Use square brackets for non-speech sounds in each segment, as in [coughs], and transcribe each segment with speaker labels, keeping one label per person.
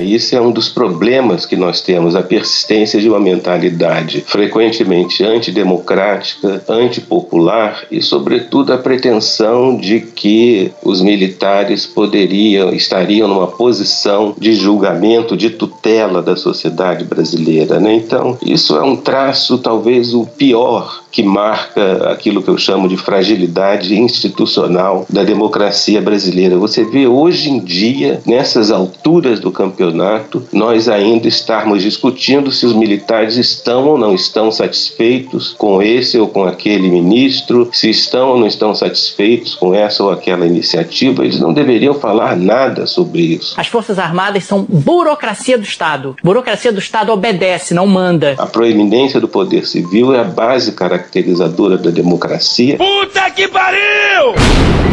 Speaker 1: Isso é um dos problemas que nós temos, a persistência de uma mentalidade frequentemente antidemocrática, antipopular e, sobretudo, a pretensão de que os militares poderiam, estariam numa posição de julgamento, de tutela da sociedade brasileira. Né? Então, isso é um traço, talvez, o pior que marca eh, aquilo que eu chamo de fragilidade institucional da democracia brasileira. Você vê hoje em dia, nessas alturas do campeonato, nós ainda estarmos discutindo se os militares estão ou não estão satisfeitos com esse ou com aquele ministro, se estão ou não estão satisfeitos com essa ou aquela iniciativa. Eles não deveriam falar nada sobre isso.
Speaker 2: As Forças Armadas são burocracia do Estado. Burocracia do Estado obedece, não manda.
Speaker 1: A proeminência do poder civil é a base característica caracterizadora da democracia.
Speaker 3: Puta que pariu!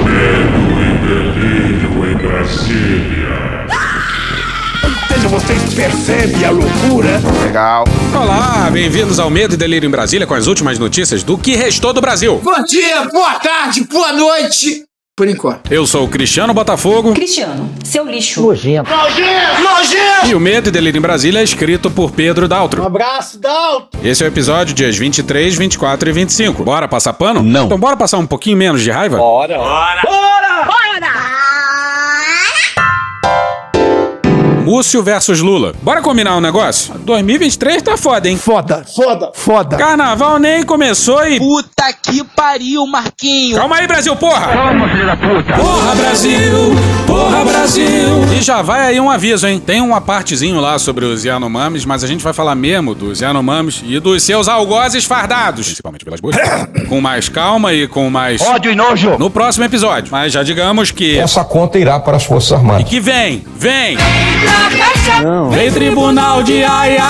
Speaker 4: Medo e delírio em Brasília.
Speaker 5: Vocês percebem a loucura?
Speaker 6: Legal.
Speaker 7: Olá, Ah, bem-vindos ao Medo e Delírio em Brasília com as últimas notícias do que restou do Brasil.
Speaker 5: Bom dia, boa tarde, boa noite. Por enquanto.
Speaker 7: Eu sou o Cristiano Botafogo.
Speaker 8: Cristiano, seu lixo.
Speaker 9: Nojento.
Speaker 5: Nojento! Nojento!
Speaker 7: E o Medo e Delírio em Brasília é escrito por Pedro Daltro.
Speaker 5: Um abraço, Daltro!
Speaker 7: Esse é o episódio dias 23, 24 e 25. Bora passar pano?
Speaker 6: Não.
Speaker 7: Então bora passar um pouquinho menos de raiva?
Speaker 6: Bora!
Speaker 5: Bora!
Speaker 3: Bora!
Speaker 7: Bora! Múcio versus Lula. Bora combinar um negócio? 2023 tá foda, hein?
Speaker 9: Foda.
Speaker 5: Foda.
Speaker 9: Foda.
Speaker 7: Carnaval nem começou e...
Speaker 5: Puta que pariu, Marquinho.
Speaker 7: Calma aí, Brasil, porra!
Speaker 10: Calma, filho da puta.
Speaker 7: Porra, Brasil! Porra, Brasil! E já vai aí um aviso, hein? Tem uma partezinho lá sobre os Yanomamis, mas a gente vai falar mesmo dos Yanomamis e dos seus algozes fardados. Principalmente pelas boas. [coughs] com mais calma e com mais...
Speaker 5: Ódio e nojo.
Speaker 7: No próximo episódio. Mas já digamos que...
Speaker 6: Essa conta irá para as Forças Armadas.
Speaker 7: E que vem, vem! Não. Vem tribunal de Aia!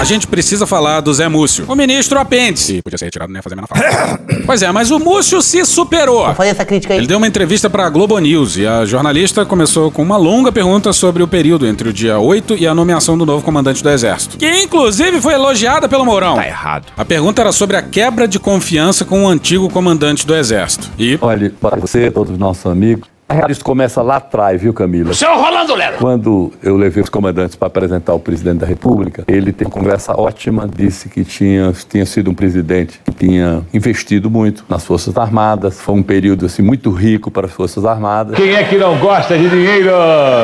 Speaker 7: A gente precisa falar do Zé Múcio. O ministro apêndice. Podia ser retirado, não ia fazer a menor falta. [coughs] pois é, mas o Múcio se superou.
Speaker 2: Vou fazer essa crítica aí.
Speaker 7: Ele deu uma entrevista pra Globo News e a jornalista começou com uma longa pergunta sobre o período entre o dia 8 e a nomeação do novo comandante do exército. Que inclusive foi elogiada pelo Mourão.
Speaker 6: Tá errado.
Speaker 7: A pergunta era sobre a quebra de confiança com o antigo comandante do exército. E.
Speaker 11: Olhe, para você, todos os nossos amigos, isso começa lá atrás, viu, Camila?
Speaker 5: Senhor Rolando Lero!
Speaker 11: Quando eu levei os comandantes para apresentar o presidente da República, ele teve uma conversa ótima, disse que tinha, tinha sido um presidente que tinha investido muito nas Forças Armadas, foi um período assim muito rico para as Forças Armadas.
Speaker 12: Quem é que não gosta de dinheiro?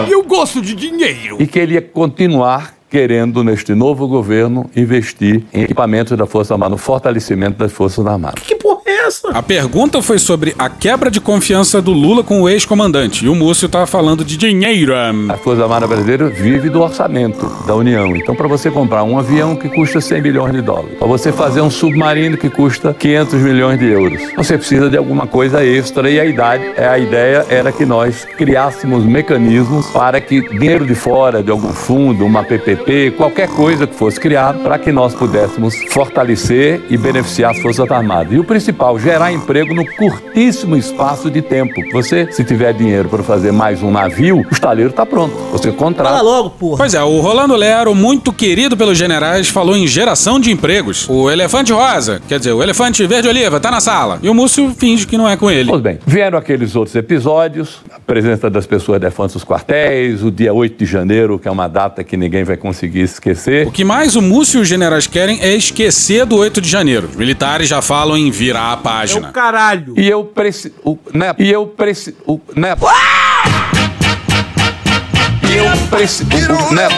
Speaker 5: Eu gosto de dinheiro!
Speaker 11: E que ele ia continuar querendo, neste novo governo, investir em equipamentos da Força Armada, no fortalecimento das Forças Armadas.
Speaker 5: Que porra é essa?
Speaker 7: A pergunta foi sobre a quebra de confiança do Lula com o ex-comandante. E o Múcio tá falando de dinheiro.
Speaker 11: A Força Armada Brasileira vive do orçamento da União. Então, para você comprar um avião que custa 100 milhões de dólares, para você fazer um submarino que custa 500 milhões de euros, você precisa de alguma coisa extra. E a idade, é, a ideia era que nós criássemos mecanismos para que dinheiro de fora, de algum fundo, uma PPP, qualquer coisa que fosse criada para que nós pudéssemos fortalecer e beneficiar as Forças Armadas. E o principal, gerar emprego no curtíssimo espaço de tempo. Você, se tiver dinheiro para fazer mais um navio, o estaleiro está pronto. Você contrata.
Speaker 2: Fala logo, porra.
Speaker 7: Pois é, o Rolando Lero, muito querido pelos generais, falou em geração de empregos. O elefante rosa, quer dizer, o elefante verde-oliva, está na sala. E o Múcio finge que não é com ele.
Speaker 11: Pois bem, vieram aqueles outros episódios, a presença das pessoas defuntas dos quartéis, o dia 8 de janeiro, que é uma data que ninguém vai conseguir esquecer.
Speaker 7: O que mais o Múcio e os generais querem é esquecer do 8 de janeiro. Os militares já falam em virar a página.
Speaker 5: É o caralho.
Speaker 11: E eu preciso. Né? E eu preciso. Né? E eu preciso. Né?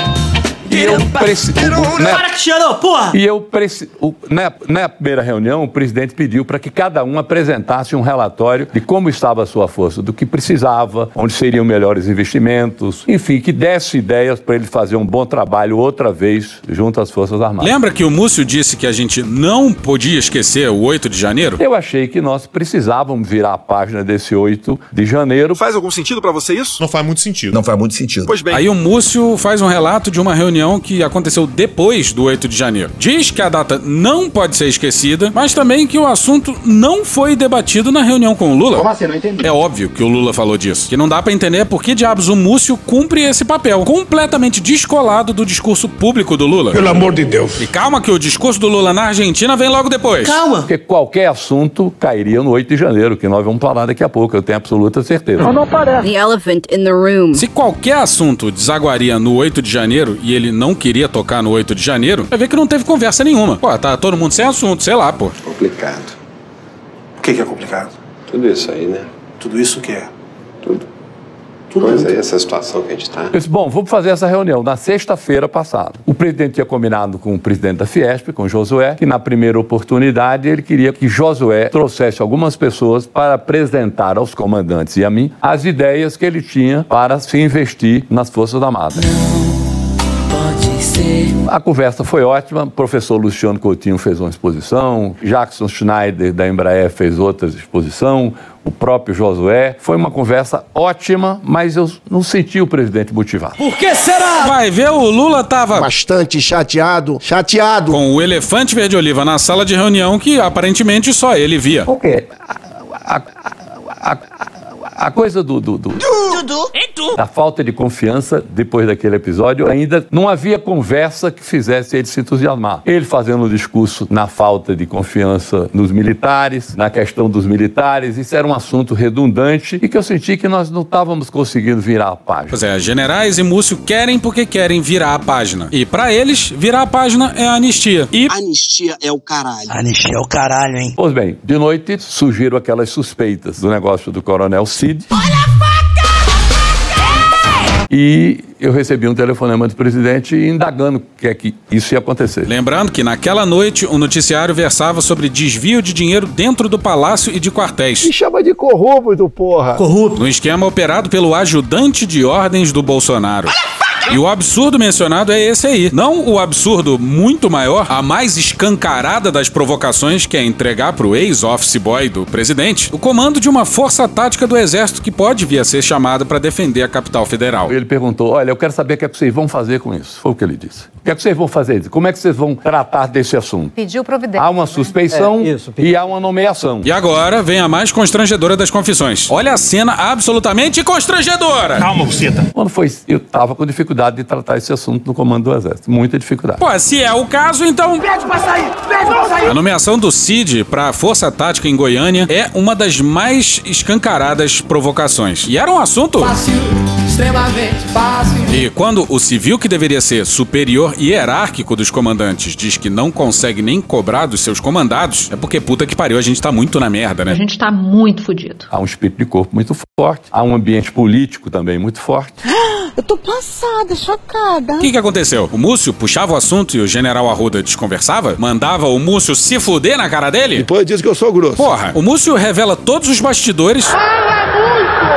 Speaker 11: E eu preciso. Né?
Speaker 2: Para, Cristiano, porra!
Speaker 11: E eu preciso. Na, na primeira reunião, o presidente pediu para que cada um apresentasse um relatório de como estava a sua força, do que precisava, onde seriam melhores investimentos, enfim, que desse ideias para ele fazer um bom trabalho outra vez junto às Forças Armadas.
Speaker 7: Lembra que o Múcio disse que a gente não podia esquecer o 8 de janeiro?
Speaker 11: Eu achei que nós precisávamos virar a página desse 8 de janeiro.
Speaker 13: Faz algum sentido para você isso?
Speaker 6: Não faz muito sentido.
Speaker 11: Não faz muito sentido.
Speaker 7: Pois bem. Aí o Múcio faz um relato de uma reunião reunião que aconteceu depois do 8 de janeiro. Diz que a data não pode ser esquecida, mas também que o assunto não foi debatido na reunião com o Lula.
Speaker 12: Como assim? Não entendi.
Speaker 7: É óbvio que o Lula falou disso. Que não dá pra entender por que diabos o Múcio cumpre esse papel, completamente descolado do discurso público do Lula.
Speaker 3: Pelo amor de Deus.
Speaker 7: E calma que o discurso do Lula na Argentina vem logo
Speaker 13: é.
Speaker 7: depois.
Speaker 5: Calma.
Speaker 11: Porque qualquer assunto cairia no 8 de janeiro, que nós vamos falar daqui a pouco, eu tenho absoluta certeza.
Speaker 8: The elephant in the room.
Speaker 7: Se qualquer assunto desaguaria no 8 de janeiro e ele não queria tocar no 8 de janeiro, vai ver que não teve conversa nenhuma. Pô, tá todo mundo sem assunto, sei lá, pô.
Speaker 1: Complicado.
Speaker 3: O que, que é complicado?
Speaker 1: Tudo isso aí, né?
Speaker 3: Tudo isso que é.
Speaker 1: Tudo.
Speaker 3: Tudo.
Speaker 1: Mas aí essa situação que a gente tá.
Speaker 11: Eu disse, bom, vamos fazer essa reunião na sexta-feira passada. O presidente tinha combinado com o presidente da Fiesp, com Josué, que na primeira oportunidade ele queria que Josué trouxesse algumas pessoas para apresentar aos comandantes e a mim as ideias que ele tinha para se investir nas Forças Armadas. A conversa foi ótima. O professor Luciano Coutinho fez uma exposição, Jackson Schneider da Embraer fez outra exposição, o próprio Josué. Foi uma conversa ótima, mas eu não senti o presidente motivado.
Speaker 7: Por que será? Vai ver, o Lula tava
Speaker 9: Bastante chateado. Chateado.
Speaker 7: com o elefante verde-oliva na sala de reunião que aparentemente só ele via.
Speaker 11: Porque a, a- a- a- a coisa do, do- do- da falta de confiança depois daquele episódio, ainda não havia conversa que fizesse ele se entusiasmar. Ele fazendo o discurso na falta de confiança nos militares, na questão dos militares, isso era um assunto redundante e que eu senti que nós não estávamos conseguindo virar a página.
Speaker 7: Pois é, generais e Múcio querem porque querem virar a página. E pra eles, virar a página é a anistia. E
Speaker 9: Anistia é o caralho.
Speaker 3: Anistia é o caralho, hein?
Speaker 11: Pois bem, de noite surgiram aquelas suspeitas do negócio do coronel Cid. E eu recebi um telefonema do presidente indagando o que é que isso ia acontecer.
Speaker 7: Lembrando que naquela noite o noticiário versava sobre desvio de dinheiro dentro do palácio e de quartéis.
Speaker 9: Me chama de corrupto, porra.
Speaker 7: No esquema operado pelo ajudante de ordens do Bolsonaro. E o absurdo mencionado é esse aí. Não o absurdo muito maior, a mais escancarada das provocações, que é entregar pro ex-office boy do presidente o comando de uma força tática do exército que pode vir a ser chamada para defender a capital federal.
Speaker 11: Ele perguntou: Olha, eu quero saber o que é que vocês vão fazer com isso. Foi o que ele disse. O que é que vocês vão fazer? Como é que vocês vão tratar desse assunto?
Speaker 8: Pediu providência. né?
Speaker 11: Há uma suspeição
Speaker 9: É, isso,
Speaker 11: e há uma nomeação.
Speaker 7: E agora vem a mais constrangedora das confissões. Olha a cena absolutamente constrangedora!
Speaker 3: Calma, buceta.
Speaker 11: Quando foi? Eu estava com dificuldade de tratar esse assunto no comando do Exército. Muita dificuldade.
Speaker 7: Pô, se é o caso, então. Pede pra sair! Pede pra sair! A nomeação do Cid pra Força Tática em Goiânia é uma das mais escancaradas provocações. E era um assunto.
Speaker 5: Fácil, extremamente fácil.
Speaker 7: E quando o civil que deveria ser superior e hierárquico dos comandantes diz que não consegue nem cobrar dos seus comandados, é porque puta que pariu, a gente tá muito na merda, né?
Speaker 8: gente tá muito fudido.
Speaker 11: Há um espírito de corpo muito forte, há um ambiente político também muito forte.
Speaker 8: Eu tô passada, chocada.
Speaker 7: O que, que aconteceu? O Múcio puxava o assunto e o general Arruda desconversava? Mandava o Múcio se fuder na cara dele?
Speaker 9: Depois diz que eu sou grosso.
Speaker 7: Porra, o Múcio revela todos os bastidores.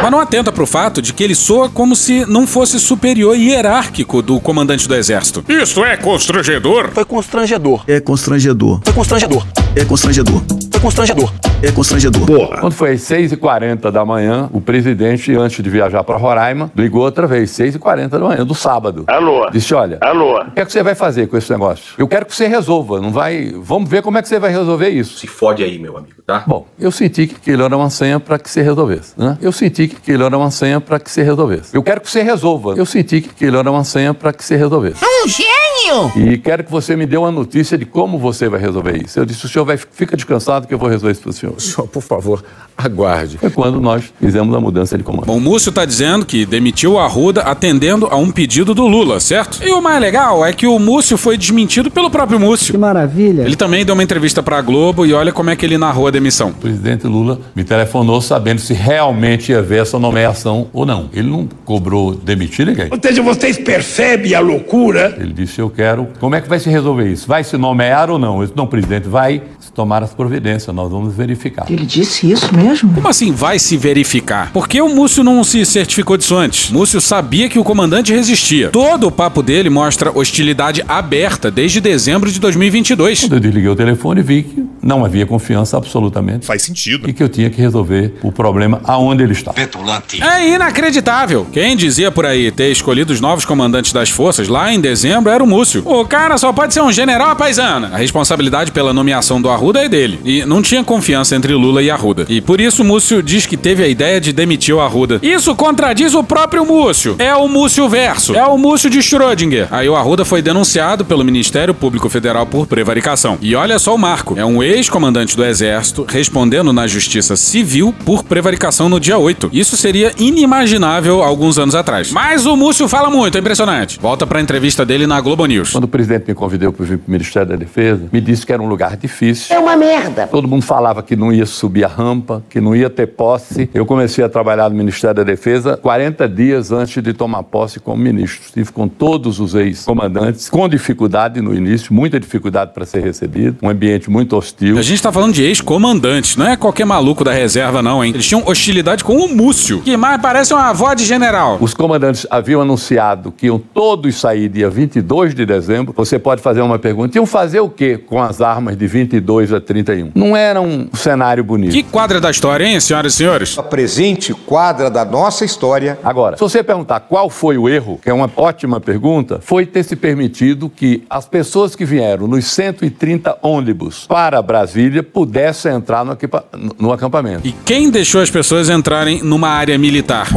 Speaker 7: Mas não atenta pro fato de que ele soa como se não fosse superior e hierárquico do comandante do exército. Isso é constrangedor.
Speaker 3: Foi constrangedor.
Speaker 9: É constrangedor.
Speaker 3: Foi constrangedor.
Speaker 9: É constrangedor.
Speaker 3: Foi constrangedor.
Speaker 9: É constrangedor. Porra.
Speaker 11: Quando foi às 6h40 da manhã, o presidente, antes de viajar para Roraima, ligou outra vez, 6h40 da manhã, do sábado.
Speaker 12: Alô?
Speaker 11: Disse: Olha,
Speaker 12: Alô?
Speaker 11: o que é que você vai fazer com esse negócio? Eu quero que você resolva, não vai. Vamos ver como é que você vai resolver isso.
Speaker 1: Se fode aí, meu amigo, tá?
Speaker 11: Bom, eu senti que aquilo era uma senha para que se resolvesse, né? Eu senti que aquilo era uma senha para que se resolvesse. Eu quero que você resolva. Eu senti que aquilo era uma senha para que se resolvesse.
Speaker 8: Um gênio!
Speaker 11: E quero que você me dê uma notícia de como você vai resolver isso. Eu disse, o senhor vai, fica descansado que eu vou resolver isso para o senhor.
Speaker 9: Senhor, por favor, aguarde.
Speaker 11: Foi quando nós fizemos a mudança de comando.
Speaker 7: Bom, o Múcio tá dizendo que demitiu o Arruda atendendo a um pedido do Lula, certo? E o mais legal é que o Múcio foi desmentido pelo próprio Múcio.
Speaker 9: Maravilha.
Speaker 7: Ele também deu uma entrevista pra Globo e olha como é que ele narrou a demissão.
Speaker 11: O presidente Lula me telefonou sabendo se realmente ia haver essa nomeação ou não. Ele não cobrou demitir ninguém.
Speaker 3: Ou seja, vocês percebem a loucura?
Speaker 11: Ele disse: Eu quero. Como é que vai se resolver isso? Vai se nomear ou não? Eu disse: Não, presidente, vai tomar as providências, nós vamos verificar.
Speaker 7: disse isso mesmo? Como assim vai se verificar? Por que o Múcio não se certificou disso antes? Múcio sabia que o comandante resistia. Todo o papo dele mostra hostilidade aberta desde dezembro de 2022.
Speaker 11: Quando eu desliguei o telefone, vi que não havia confiança absolutamente. Faz sentido. E que eu tinha que resolver o problema aonde ele estava. Petulante.
Speaker 7: É inacreditável. Quem dizia por aí ter escolhido os novos comandantes das forças lá em dezembro era o Múcio. O cara só pode ser um general à paisana. A responsabilidade pela nomeação do Arruda é dele. E não tinha confiança entre Lula e Arruda. E por isso o Múcio diz que teve a ideia de demitir o Arruda. Isso contradiz o próprio Múcio. É o Múcio verso. É o Múcio de Schrödinger. Aí o Arruda foi denunciado pelo Ministério Público Federal por prevaricação. E olha só o marco. É um ex-comandante do Exército respondendo na Justiça Civil por prevaricação no dia 8. Isso seria inimaginável alguns anos atrás. Mas o Múcio fala muito, é impressionante. Volta pra entrevista dele na Globo News.
Speaker 11: Quando o presidente me convidou para vir para o Ministério da Defesa, me disse que era um lugar difícil.
Speaker 10: É uma merda.
Speaker 11: Todo mundo falava que não ia subir a rampa, que não ia ter posse. Eu comecei a trabalhar no Ministério da Defesa 40 dias antes de tomar posse como ministro. Estive com todos os ex-comandantes, com dificuldade no início, muita dificuldade para ser recebido, um ambiente muito hostil.
Speaker 7: A gente tá falando de ex-comandante, não é qualquer maluco da reserva, não, hein? Eles tinham hostilidade com o Múcio, que mais parece uma avó de general.
Speaker 11: Os comandantes haviam anunciado que iam todos sair dia 22 de dezembro. Você pode fazer uma pergunta: iam fazer o quê com as armas de 22 a 31? Não era um cenário bonito.
Speaker 7: Que quadra da história, hein, senhoras e senhores?
Speaker 11: A presente quadra da nossa história. Agora, se você perguntar qual foi o erro, que é uma ótima pergunta, foi ter se permitido que as pessoas que vieram nos 130 ônibus para Brasília pudessem entrar no, equipa- no- no acampamento.
Speaker 7: E quem deixou as pessoas entrarem numa área militar?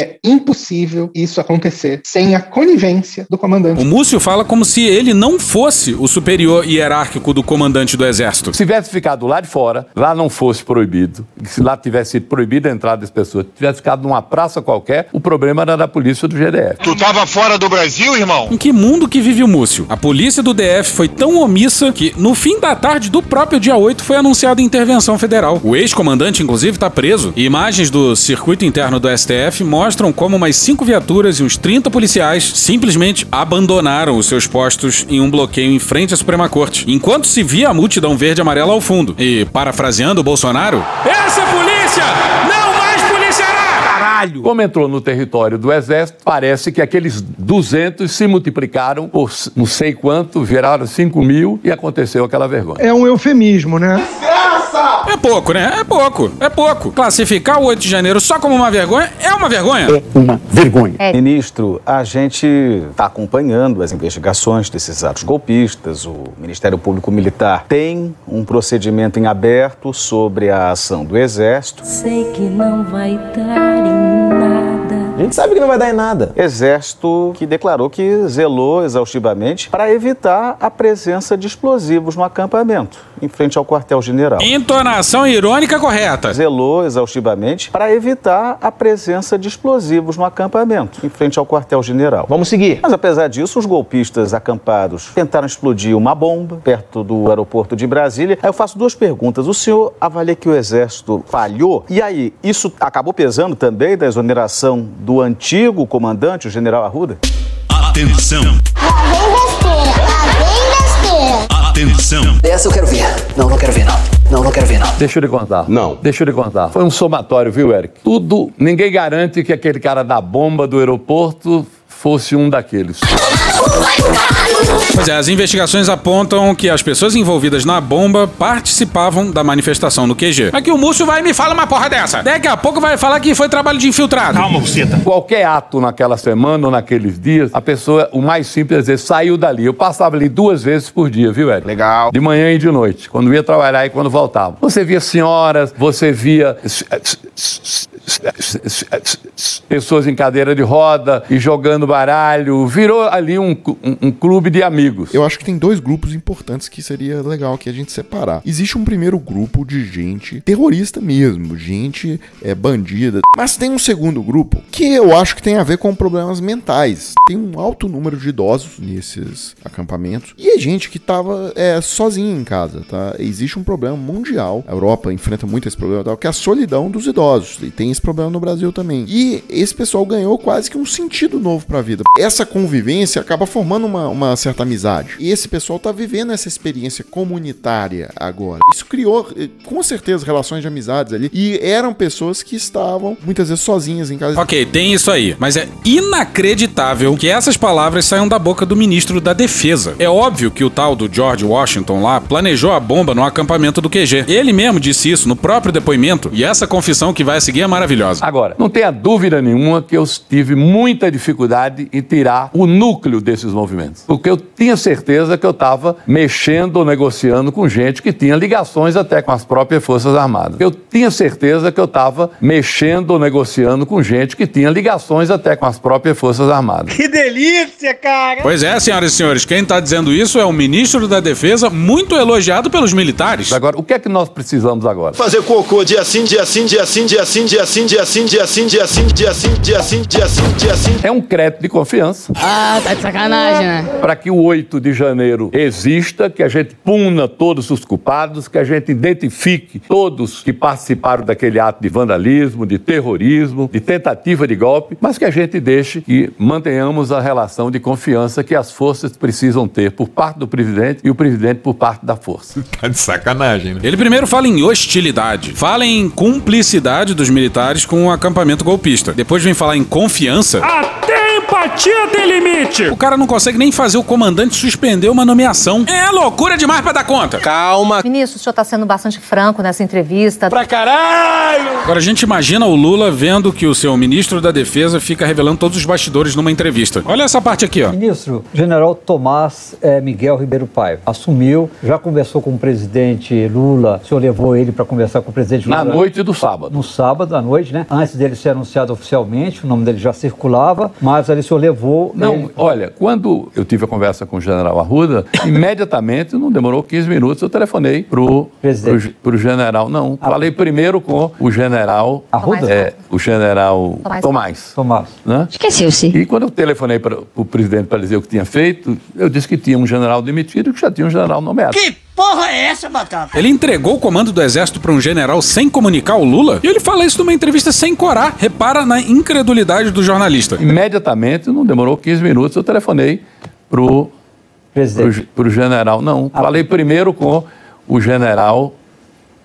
Speaker 13: É impossível isso acontecer sem a conivência do comandante.
Speaker 7: O Múcio fala como se ele não fosse o superior hierárquico do comandante do exército.
Speaker 11: Se tivesse ficado lá de fora, lá não fosse proibido, se lá tivesse sido proibida a entrada das pessoas, tivesse ficado numa praça qualquer, o problema era da polícia do GDF.
Speaker 7: Tu tava fora do Brasil, irmão? Em que mundo que vive o Múcio? A polícia do DF foi tão omissa que, no fim da tarde do próprio dia 8, foi anunciada a intervenção federal. O ex-comandante, inclusive, tá preso. E imagens do circuito interno do STF mostram como umas cinco viaturas e uns 30 policiais simplesmente abandonaram os seus postos em um bloqueio em frente à Suprema Corte, enquanto se via a multidão verde e amarela ao fundo. E, parafraseando o Bolsonaro, Essa polícia não mais policiará!
Speaker 11: Caralho! Como entrou no território do Exército, parece que aqueles 200 se multiplicaram por s- não sei quanto, viraram 5 mil e aconteceu aquela vergonha.
Speaker 14: É um eufemismo, né?
Speaker 7: É pouco, né? É pouco, é pouco. Classificar o 8 de janeiro só como uma vergonha é uma vergonha.
Speaker 15: uma vergonha.
Speaker 7: É.
Speaker 15: Ministro, a gente está acompanhando as investigações desses atos golpistas. O Ministério Público Militar tem um procedimento em aberto sobre a ação do Exército.
Speaker 16: Sei que não vai dar em nada.
Speaker 15: A gente sabe que não vai dar em nada. Exército que declarou que zelou exaustivamente para evitar a presença de explosivos no acampamento, em frente ao quartel-general.
Speaker 7: Entonação irônica correta.
Speaker 15: Zelou exaustivamente para evitar a presença de explosivos no acampamento, em frente ao quartel-general. Vamos seguir. Mas apesar disso, os golpistas acampados tentaram explodir uma bomba perto do aeroporto de Brasília. Aí eu faço duas perguntas. O senhor avalia que o exército falhou? E aí, isso acabou pesando também da exoneração do antigo comandante, o general Arruda?
Speaker 17: Atenção, atenção.
Speaker 18: Dessa eu quero ver. Não, não quero ver, não. Não, não quero ver, não.
Speaker 11: Deixa eu lhe contar. Não. Deixa eu lhe contar. Foi um somatório, viu, Eric? Tudo. Ninguém garante que aquele cara da bomba do aeroporto fosse um daqueles.
Speaker 7: Pois é, as investigações apontam que as pessoas envolvidas na bomba participavam da manifestação no QG. Aqui É o Múcio vai e me fala uma porra dessa. Daqui a pouco vai falar que foi trabalho de infiltrado. Calma, buceta.
Speaker 11: Qualquer ato naquela semana ou naqueles dias, a pessoa, o mais simples é dizer, saiu dali. Eu passava ali duas vezes por dia, viu, Eric? Legal. De manhã e de noite, quando ia trabalhar e quando voltava. Você via senhoras, você via pessoas em cadeira de roda e jogando baralho. Virou ali um, cu- um- um clube de amigos.
Speaker 19: Eu acho que tem dois grupos importantes que seria legal que a gente separar. Existe um primeiro grupo de gente terrorista mesmo, gente é bandida, mas tem um segundo grupo que eu acho que tem a ver com problemas mentais. Tem um alto número de idosos nesses acampamentos e é gente que tava é, sozinha em casa, tá? Existe um problema mundial. A Europa enfrenta muito esse problema, tal, que é a solidão dos idosos e tem esse problema no Brasil também. E esse pessoal ganhou quase que um sentido novo pra vida. Essa convivência acabou acaba formando uma, uma certa amizade. E esse pessoal tá vivendo essa experiência comunitária agora. Isso criou, eh, com certeza, relações de amizades ali. E eram pessoas que estavam, muitas vezes, sozinhas em casa.
Speaker 7: Ok, tem isso aí. Mas é inacreditável que essas palavras saiam da boca do ministro da Defesa. É óbvio que o tal do George Washington lá planejou a bomba no acampamento do QG. Ele mesmo disse isso no próprio depoimento. E essa confissão que vai seguir é maravilhosa.
Speaker 11: Agora, não tenha dúvida nenhuma que eu tive muita dificuldade em tirar o núcleo desses movimentos. Porque eu tinha certeza que eu estava mexendo ou negociando com gente que tinha ligações até com as próprias Forças Armadas. Eu tinha certeza que eu estava mexendo ou negociando com gente que tinha ligações até com as próprias Forças Armadas.
Speaker 7: Que delícia, cara! Pois é, senhoras e senhores, quem tá dizendo isso é o ministro da Defesa, muito elogiado pelos militares.
Speaker 11: Agora, o que é que nós precisamos agora?
Speaker 10: Fazer cocô dia sim, dia sim, dia sim, dia sim, dia sim, dia sim, dia sim, dia sim, dia sim, dia sim, dia sim, dia sim.
Speaker 11: É um crédito de confiança.
Speaker 8: Ah, tá de sacanagem, né?
Speaker 11: Para que o 8 de janeiro exista, que a gente puna todos os culpados, que a gente identifique todos que participaram daquele ato de vandalismo, de terrorismo, de tentativa de golpe, mas que a gente deixe e mantenhamos a relação de confiança que as forças precisam ter por parte do presidente e o presidente por parte da força.
Speaker 7: Tá de sacanagem, né? Ele primeiro fala em hostilidade, fala em cumplicidade dos militares com o acampamento golpista. Depois vem falar em confiança.
Speaker 4: Até empatia tem limite!
Speaker 7: O cara não consegue nem fazer o comandante suspender uma nomeação. É loucura demais pra dar conta. Calma.
Speaker 14: Ministro, o senhor está sendo bastante franco nessa entrevista.
Speaker 4: Pra caralho!
Speaker 7: Agora a gente imagina o Lula vendo que o seu ministro da Defesa fica revelando todos os bastidores numa entrevista. Olha essa parte aqui, ó.
Speaker 20: Ministro, general Tomás eh, Miguel Ribeiro Paiva assumiu, já conversou com o presidente Lula, o senhor levou ele para conversar com o presidente
Speaker 11: Na
Speaker 20: Lula.
Speaker 11: noite do sábado.
Speaker 20: No sábado à noite, né? Antes dele ser anunciado oficialmente, o nome dele já circulava, mas ali o senhor levou.
Speaker 11: Não,
Speaker 20: ele-
Speaker 11: olha, quando eu tive a conversa com o general
Speaker 20: [coughs]
Speaker 11: Arruda, imediatamente, não demorou 15 minutos, eu telefonei pro, pro, ge- pro general. Não, falei primeiro com o general
Speaker 20: Ah. Arruda?
Speaker 11: É, o general
Speaker 20: Tomás.
Speaker 11: Tomás.
Speaker 20: Tomás.
Speaker 11: Esqueceu-se. E quando eu telefonei para o presidente para dizer o que tinha feito, eu disse que tinha um general demitido e que já tinha um general nomeado.
Speaker 7: Que
Speaker 21: Porra, é essa, batata?
Speaker 7: Ele entregou o comando do exército pra um general sem comunicar o Lula? E ele fala isso numa entrevista sem corar. Repara na incredulidade do jornalista.
Speaker 11: Imediatamente, não demorou 15 minutos, eu telefonei pro
Speaker 20: presidente. Ah,
Speaker 11: Pro, general. Não, falei primeiro com o general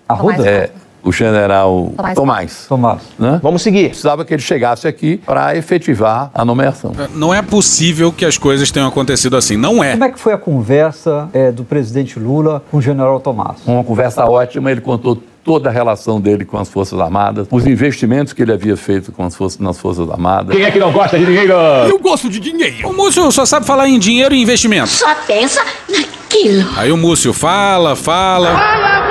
Speaker 20: Arruda?
Speaker 11: É, o general
Speaker 20: Tomás.
Speaker 11: Tomás.
Speaker 20: Tomás.
Speaker 11: Vamos seguir. Precisava que ele chegasse aqui para efetivar a nomeação.
Speaker 7: Não é possível que as coisas tenham acontecido assim. Não é.
Speaker 20: Como é que foi a conversa eh, do presidente Lula com o general Tomás?
Speaker 11: Uma conversa ótima, ele contou toda a relação dele com as Forças Armadas, os investimentos que ele havia feito com as forças, nas Forças Armadas.
Speaker 12: Quem é que não gosta de dinheiro?
Speaker 7: gosto de dinheiro. O Múcio só sabe falar em dinheiro e investimento.
Speaker 21: Só pensa naquilo.
Speaker 7: Aí o Múcio fala, fala.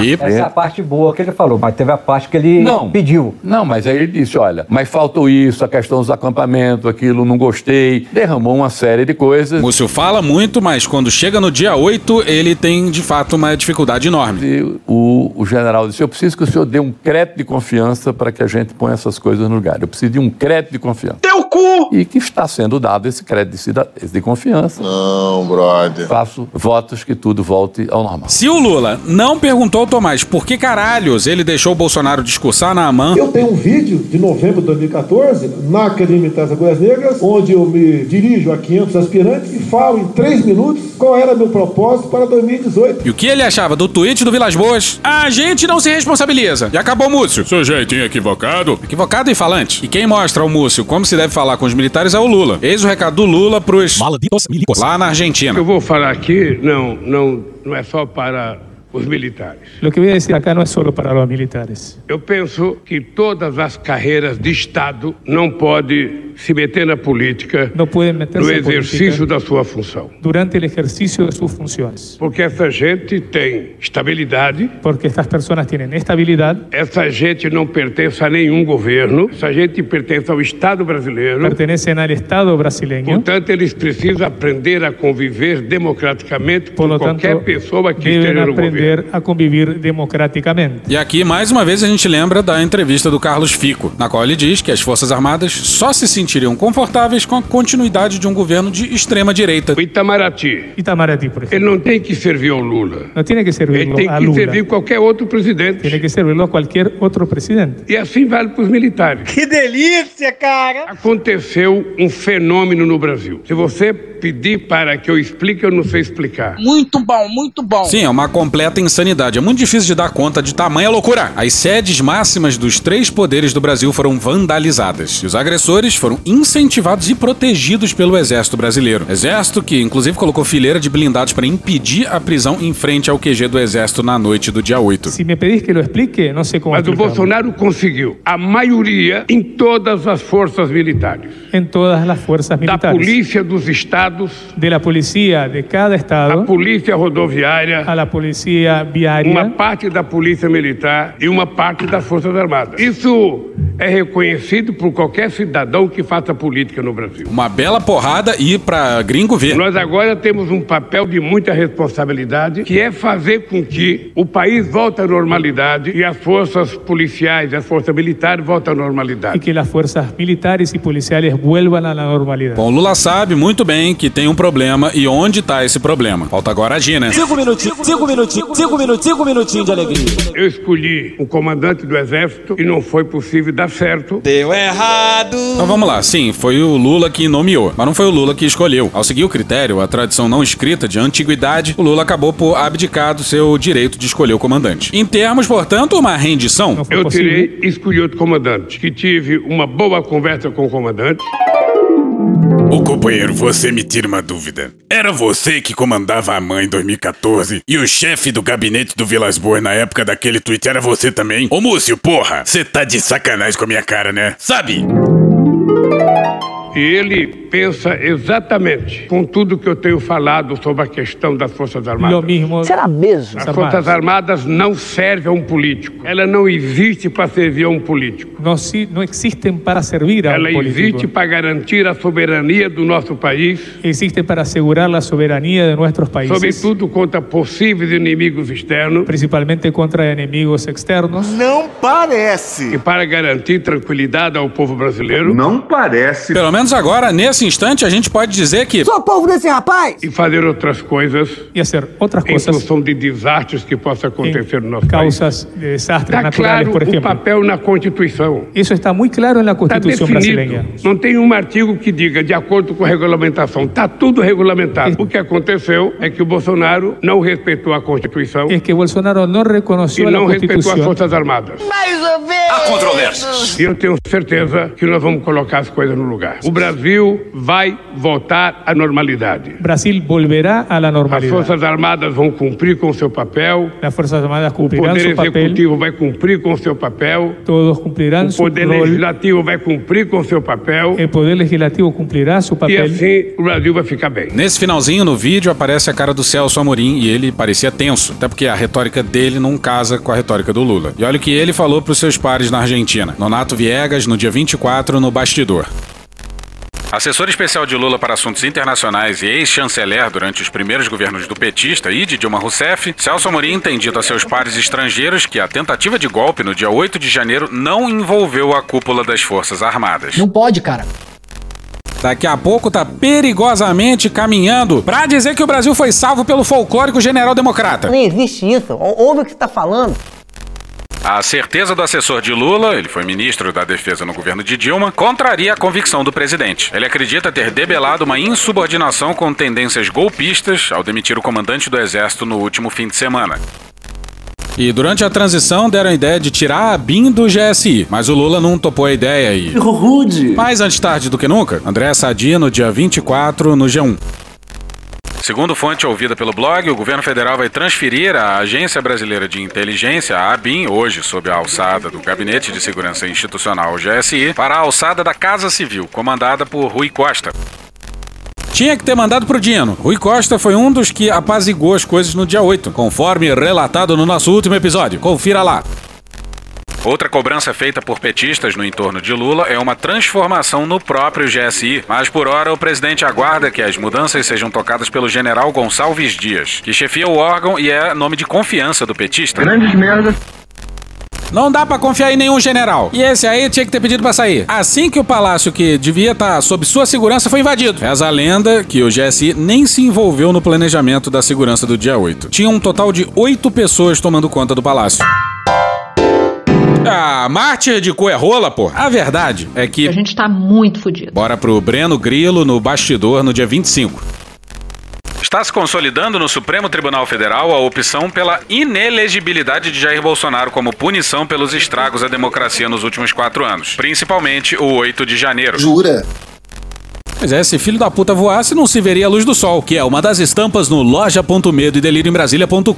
Speaker 7: E...
Speaker 20: Essa é a parte boa que ele falou, mas teve a parte que ele
Speaker 11: Não.
Speaker 20: pediu.
Speaker 11: Não, mas aí ele disse, olha, mas faltou isso, a questão dos acampamentos, aquilo, não gostei. Derramou uma série de coisas.
Speaker 7: Múcio fala muito, mas quando chega no dia 8, ele tem de fato uma dificuldade enorme.
Speaker 11: E o, o general disse, eu preciso que o senhor dê um crédito de confiança para que a gente ponha essas coisas no lugar. Eu preciso de um crédito de confiança.
Speaker 10: Teu cu!
Speaker 11: E que está sendo dado esse crédito de, cida- de confiança.
Speaker 10: Não, brother.
Speaker 11: Faço votos que tudo volte ao normal.
Speaker 7: Se o Lula não perguntou ao Tomás por que caralhos ele deixou o Bolsonaro discursar na AMAN,
Speaker 22: Eu tenho um vídeo de novembro de 2014 na Academia Militar das Agulhas Negras, onde eu me dirijo a 500 aspirantes e falo em três minutos qual era meu propósito para 2018.
Speaker 7: e o que ele achava do tweet do Vilas Boas, a gente não se responsabiliza. E acabou o Múcio. Seu jeitinho equivocado. Equivocado e falante. E quem mostra ao Múcio como se deve falar com os militares é o Lula. Eis o recado do Lula pros... Malditos milicos. Lá na Argentina.
Speaker 23: Eu vou falar aqui, não, não, não é só para os militares.
Speaker 24: Lo que voy a decir acá no es solo para los militares.
Speaker 23: Eu penso que todas as carreiras de Estado não podem se meter na política
Speaker 24: No pueden meterse
Speaker 23: no
Speaker 24: en
Speaker 23: exercício
Speaker 24: política
Speaker 23: da sua função.
Speaker 24: durante el ejercicio de sus funciones.
Speaker 23: Porque essa gente tem estabilidade,
Speaker 24: Porque estas personas tienen estabilidad,
Speaker 23: essa gente não pertence a nenhum governo, essa gente pertence ao Estado brasileiro.
Speaker 24: pertenecen al Estado brasileño,
Speaker 23: Portanto, eles precisam aprender a conviver democraticamente com
Speaker 24: por lo
Speaker 23: qualquer
Speaker 24: tanto,
Speaker 23: pessoa que
Speaker 24: deben
Speaker 23: esteja no governo.
Speaker 24: aprender a convivir democráticamente.
Speaker 7: E aqui, mais uma vez, a gente lembra da entrevista do Carlos Fico, na qual ele diz que as Forças Armadas só se sentiriam confortáveis com a continuidade de um governo de extrema-direita.
Speaker 23: Itamaraty.
Speaker 24: Itamaraty, por
Speaker 23: Ele não tem que servir ao Lula.
Speaker 24: No tiene que servirlo
Speaker 23: Tem
Speaker 24: a
Speaker 23: que
Speaker 24: Lula,
Speaker 23: servir qualquer outro presidente.
Speaker 24: tiene que servirlo a cualquier otro presidente.
Speaker 23: E assim vale para os militares. Que delícia, cara! Aconteceu um fenômeno no Brasil. Se você
Speaker 24: pedir para que eu explique, eu não sei explicar.
Speaker 3: Muito bom, muito bom.
Speaker 7: Sim, é uma completa insanidade. É muito difícil de dar conta de tamanha loucura. As sedes máximas dos três poderes do Brasil foram vandalizadas. E os agressores foram incentivados e protegidos pelo Exército Brasileiro. Exército que, inclusive, colocou fileira de blindados para impedir a prisão em frente ao QG do Exército na noite do dia 8.
Speaker 24: Se me pedís que lo explique, não sei como
Speaker 23: Mas o
Speaker 24: explicarlo.
Speaker 23: Bolsonaro conseguiu a maioria em todas as forças militares.
Speaker 24: Em todas as forças
Speaker 23: Da
Speaker 24: militares.
Speaker 23: polícia dos estados,
Speaker 24: de la policía de cada estado,
Speaker 23: a polícia rodoviária,
Speaker 24: a la policía viaria,
Speaker 23: uma parte da polícia militar e uma parte das forças armadas. Isso é reconhecido por qualquer cidadão que faça política no Brasil.
Speaker 7: Uma bela porrada e pra gringo ver.
Speaker 23: Nós agora temos um papel de muita responsabilidade, que é fazer com que o país volte à normalidade e as forças policiais e as forças militares voltem à
Speaker 24: y
Speaker 23: normalidade.
Speaker 24: que las fuerzas militares y policiales vuelvan a la normalidad.
Speaker 7: Bom, o Lula sabe muito bem que tem um problema e onde tá esse problema. Falta agora agir, né?
Speaker 25: Cinco minutinhos, cinco minutinhos, cinco minutinhos, cinco minutinhos de alegria.
Speaker 23: Eu escolhi um comandante do exército e não foi possível dar certo.
Speaker 7: Deu errado. Então vamos lá, sim, foi o Lula que nomeou, mas não foi o Lula que escolheu. Ao seguir o critério, a tradição não escrita de antiguidade, o Lula acabou por abdicar do seu direito de escolher o comandante. Em termos, portanto, uma rendição.
Speaker 23: Eu tirei e escolhi outro comandante, que tive uma boa conversa com o comandante.
Speaker 1: Ô companheiro, você me tira uma dúvida. Era você que comandava a mãe em 2014 e o chefe do gabinete do Vilas Boas na época daquele tweet era você também? Ô Múcio, porra, você tá de sacanagem com a minha cara, né? Sabe?
Speaker 23: E ele pensa exatamente com tudo que eu tenho falado sobre a questão das Forças Armadas.
Speaker 24: Lo mismo.
Speaker 23: Será
Speaker 24: mesmo?
Speaker 23: As Forças Armadas não servem a um político. Ela não existe para servir a um político.
Speaker 24: No, si- no existen para servir a
Speaker 23: Ela
Speaker 24: un político.
Speaker 23: existe para garantir a soberania do nosso país,
Speaker 24: Existe para asegurar la soberanía de nuestros países,
Speaker 23: sobretudo contra possíveis inimigos externos.
Speaker 24: principalmente contra enemigos externos.
Speaker 23: Não parece. E para garantir tranquilidade ao povo brasileiro. Não parece.
Speaker 7: Pelo menos agora, nesse instante, a gente pode dizer que.
Speaker 23: Só povo desse rapaz! E fazer outras coisas.
Speaker 24: E fazer outras
Speaker 23: em
Speaker 24: coisas.
Speaker 23: função de desastres que possam acontecer no nosso
Speaker 24: Causas de desastres
Speaker 23: país. Está
Speaker 24: naturales,
Speaker 23: claro
Speaker 24: por
Speaker 23: o
Speaker 24: ejemplo.
Speaker 23: papel na Constituição.
Speaker 24: Eso está muy claro en la
Speaker 23: Está
Speaker 24: Constitución
Speaker 23: definido.
Speaker 24: brasileña.
Speaker 23: Não tem um artigo que diga de acordo com a regulamentação. Está tudo regulamentado. O que aconteceu é que o Bolsonaro não respeitou a Constituição
Speaker 24: Es que Bolsonaro no
Speaker 23: e
Speaker 24: reconoció la
Speaker 23: não respeitou as
Speaker 24: Constitución.
Speaker 23: Forças Armadas.
Speaker 21: Mais ou menos. Há controvérsias.
Speaker 23: E eu tenho certeza que nós vamos colocar as coisas no lugar. O Brasil vai voltar à normalidade.
Speaker 24: Brasil volverá a la
Speaker 23: As
Speaker 24: normalidad.
Speaker 23: Forças Armadas vão cumprir com o seu papel.
Speaker 24: Las Fuerzas Armadas
Speaker 23: O
Speaker 24: cumplirán
Speaker 23: Poder
Speaker 24: su papel,
Speaker 23: Executivo vai cumprir com o seu papel.
Speaker 24: todos cumplirán
Speaker 23: O
Speaker 24: su
Speaker 23: Poder
Speaker 24: rol,
Speaker 23: Legislativo vai cumprir com o seu papel.
Speaker 24: el Poder Legislativo cumplirá su
Speaker 23: E
Speaker 24: papel.
Speaker 23: assim o Brasil vai ficar bem.
Speaker 7: Nesse finalzinho, no vídeo, aparece a cara do Celso Amorim e ele parecia tenso, até porque a retórica dele não casa com a retórica do Lula. E olha o que ele falou pros seus pares na Argentina. Nonato Viegas, no dia 24, no bastidor. Assessor especial de Lula para assuntos internacionais e ex-chanceler durante os primeiros governos do petista e de Dilma Rousseff, Celso Amorim tem dito a seus pares estrangeiros que a tentativa de golpe no dia 8 de janeiro não envolveu a cúpula das Forças Armadas.
Speaker 8: Não pode, cara.
Speaker 7: Daqui a pouco tá perigosamente caminhando pra dizer que o Brasil foi salvo pelo folclórico general democrata.
Speaker 2: Nem existe isso. Ouve o que você está falando.
Speaker 7: A certeza do assessor de Lula, ele foi ministro da Defesa no governo de Dilma, contraria a convicção do presidente. Ele acredita ter debelado uma insubordinação com tendências golpistas ao demitir o comandante do exército no último fim de semana. E durante a transição deram a ideia de tirar a BIM do GSI, mas o Lula não topou a ideia e. Rude! Mais antes tarde do que nunca, André Sadia no dia 24 no G1. Segundo fonte ouvida pelo blog, o governo federal vai transferir à Agência Brasileira de Inteligência, a ABIN, hoje sob a alçada do Gabinete de Segurança Institucional, GSI, para a alçada da Casa Civil, comandada por Rui Costa. Tinha que ter mandado pro Dino. Rui Costa foi um dos que apazigou as coisas no dia 8, conforme relatado no nosso último episódio. Confira lá. Outra cobrança feita por petistas no entorno de Lula é uma transformação no próprio GSI. Mas por hora, o presidente aguarda que as mudanças sejam tocadas pelo general Gonçalves Dias, que chefia o órgão e é nome de confiança do petista. Grandes merdas. Não dá pra confiar em nenhum general. E esse aí tinha que ter pedido pra sair. Assim que o palácio que devia estar sob sua segurança foi invadido. Reza a lenda que o GSI nem se envolveu no planejamento da segurança do dia 8. Tinha um total de oito pessoas tomando conta do palácio. Ah, mártir de cu é rola, pô. A verdade é que. A gente tá muito fudido. Bora pro Breno Grilo no bastidor no dia 25. Está se consolidando no Supremo Tribunal Federal a opção pela inelegibilidade de Jair Bolsonaro como punição pelos estragos à democracia nos últimos quatro anos, principalmente o 8 de janeiro.
Speaker 25: Jura?
Speaker 7: Pois é, se filho da puta voasse, não se veria a luz do sol, que é uma das estampas no loja.medo e delírio em Brasília.com.br.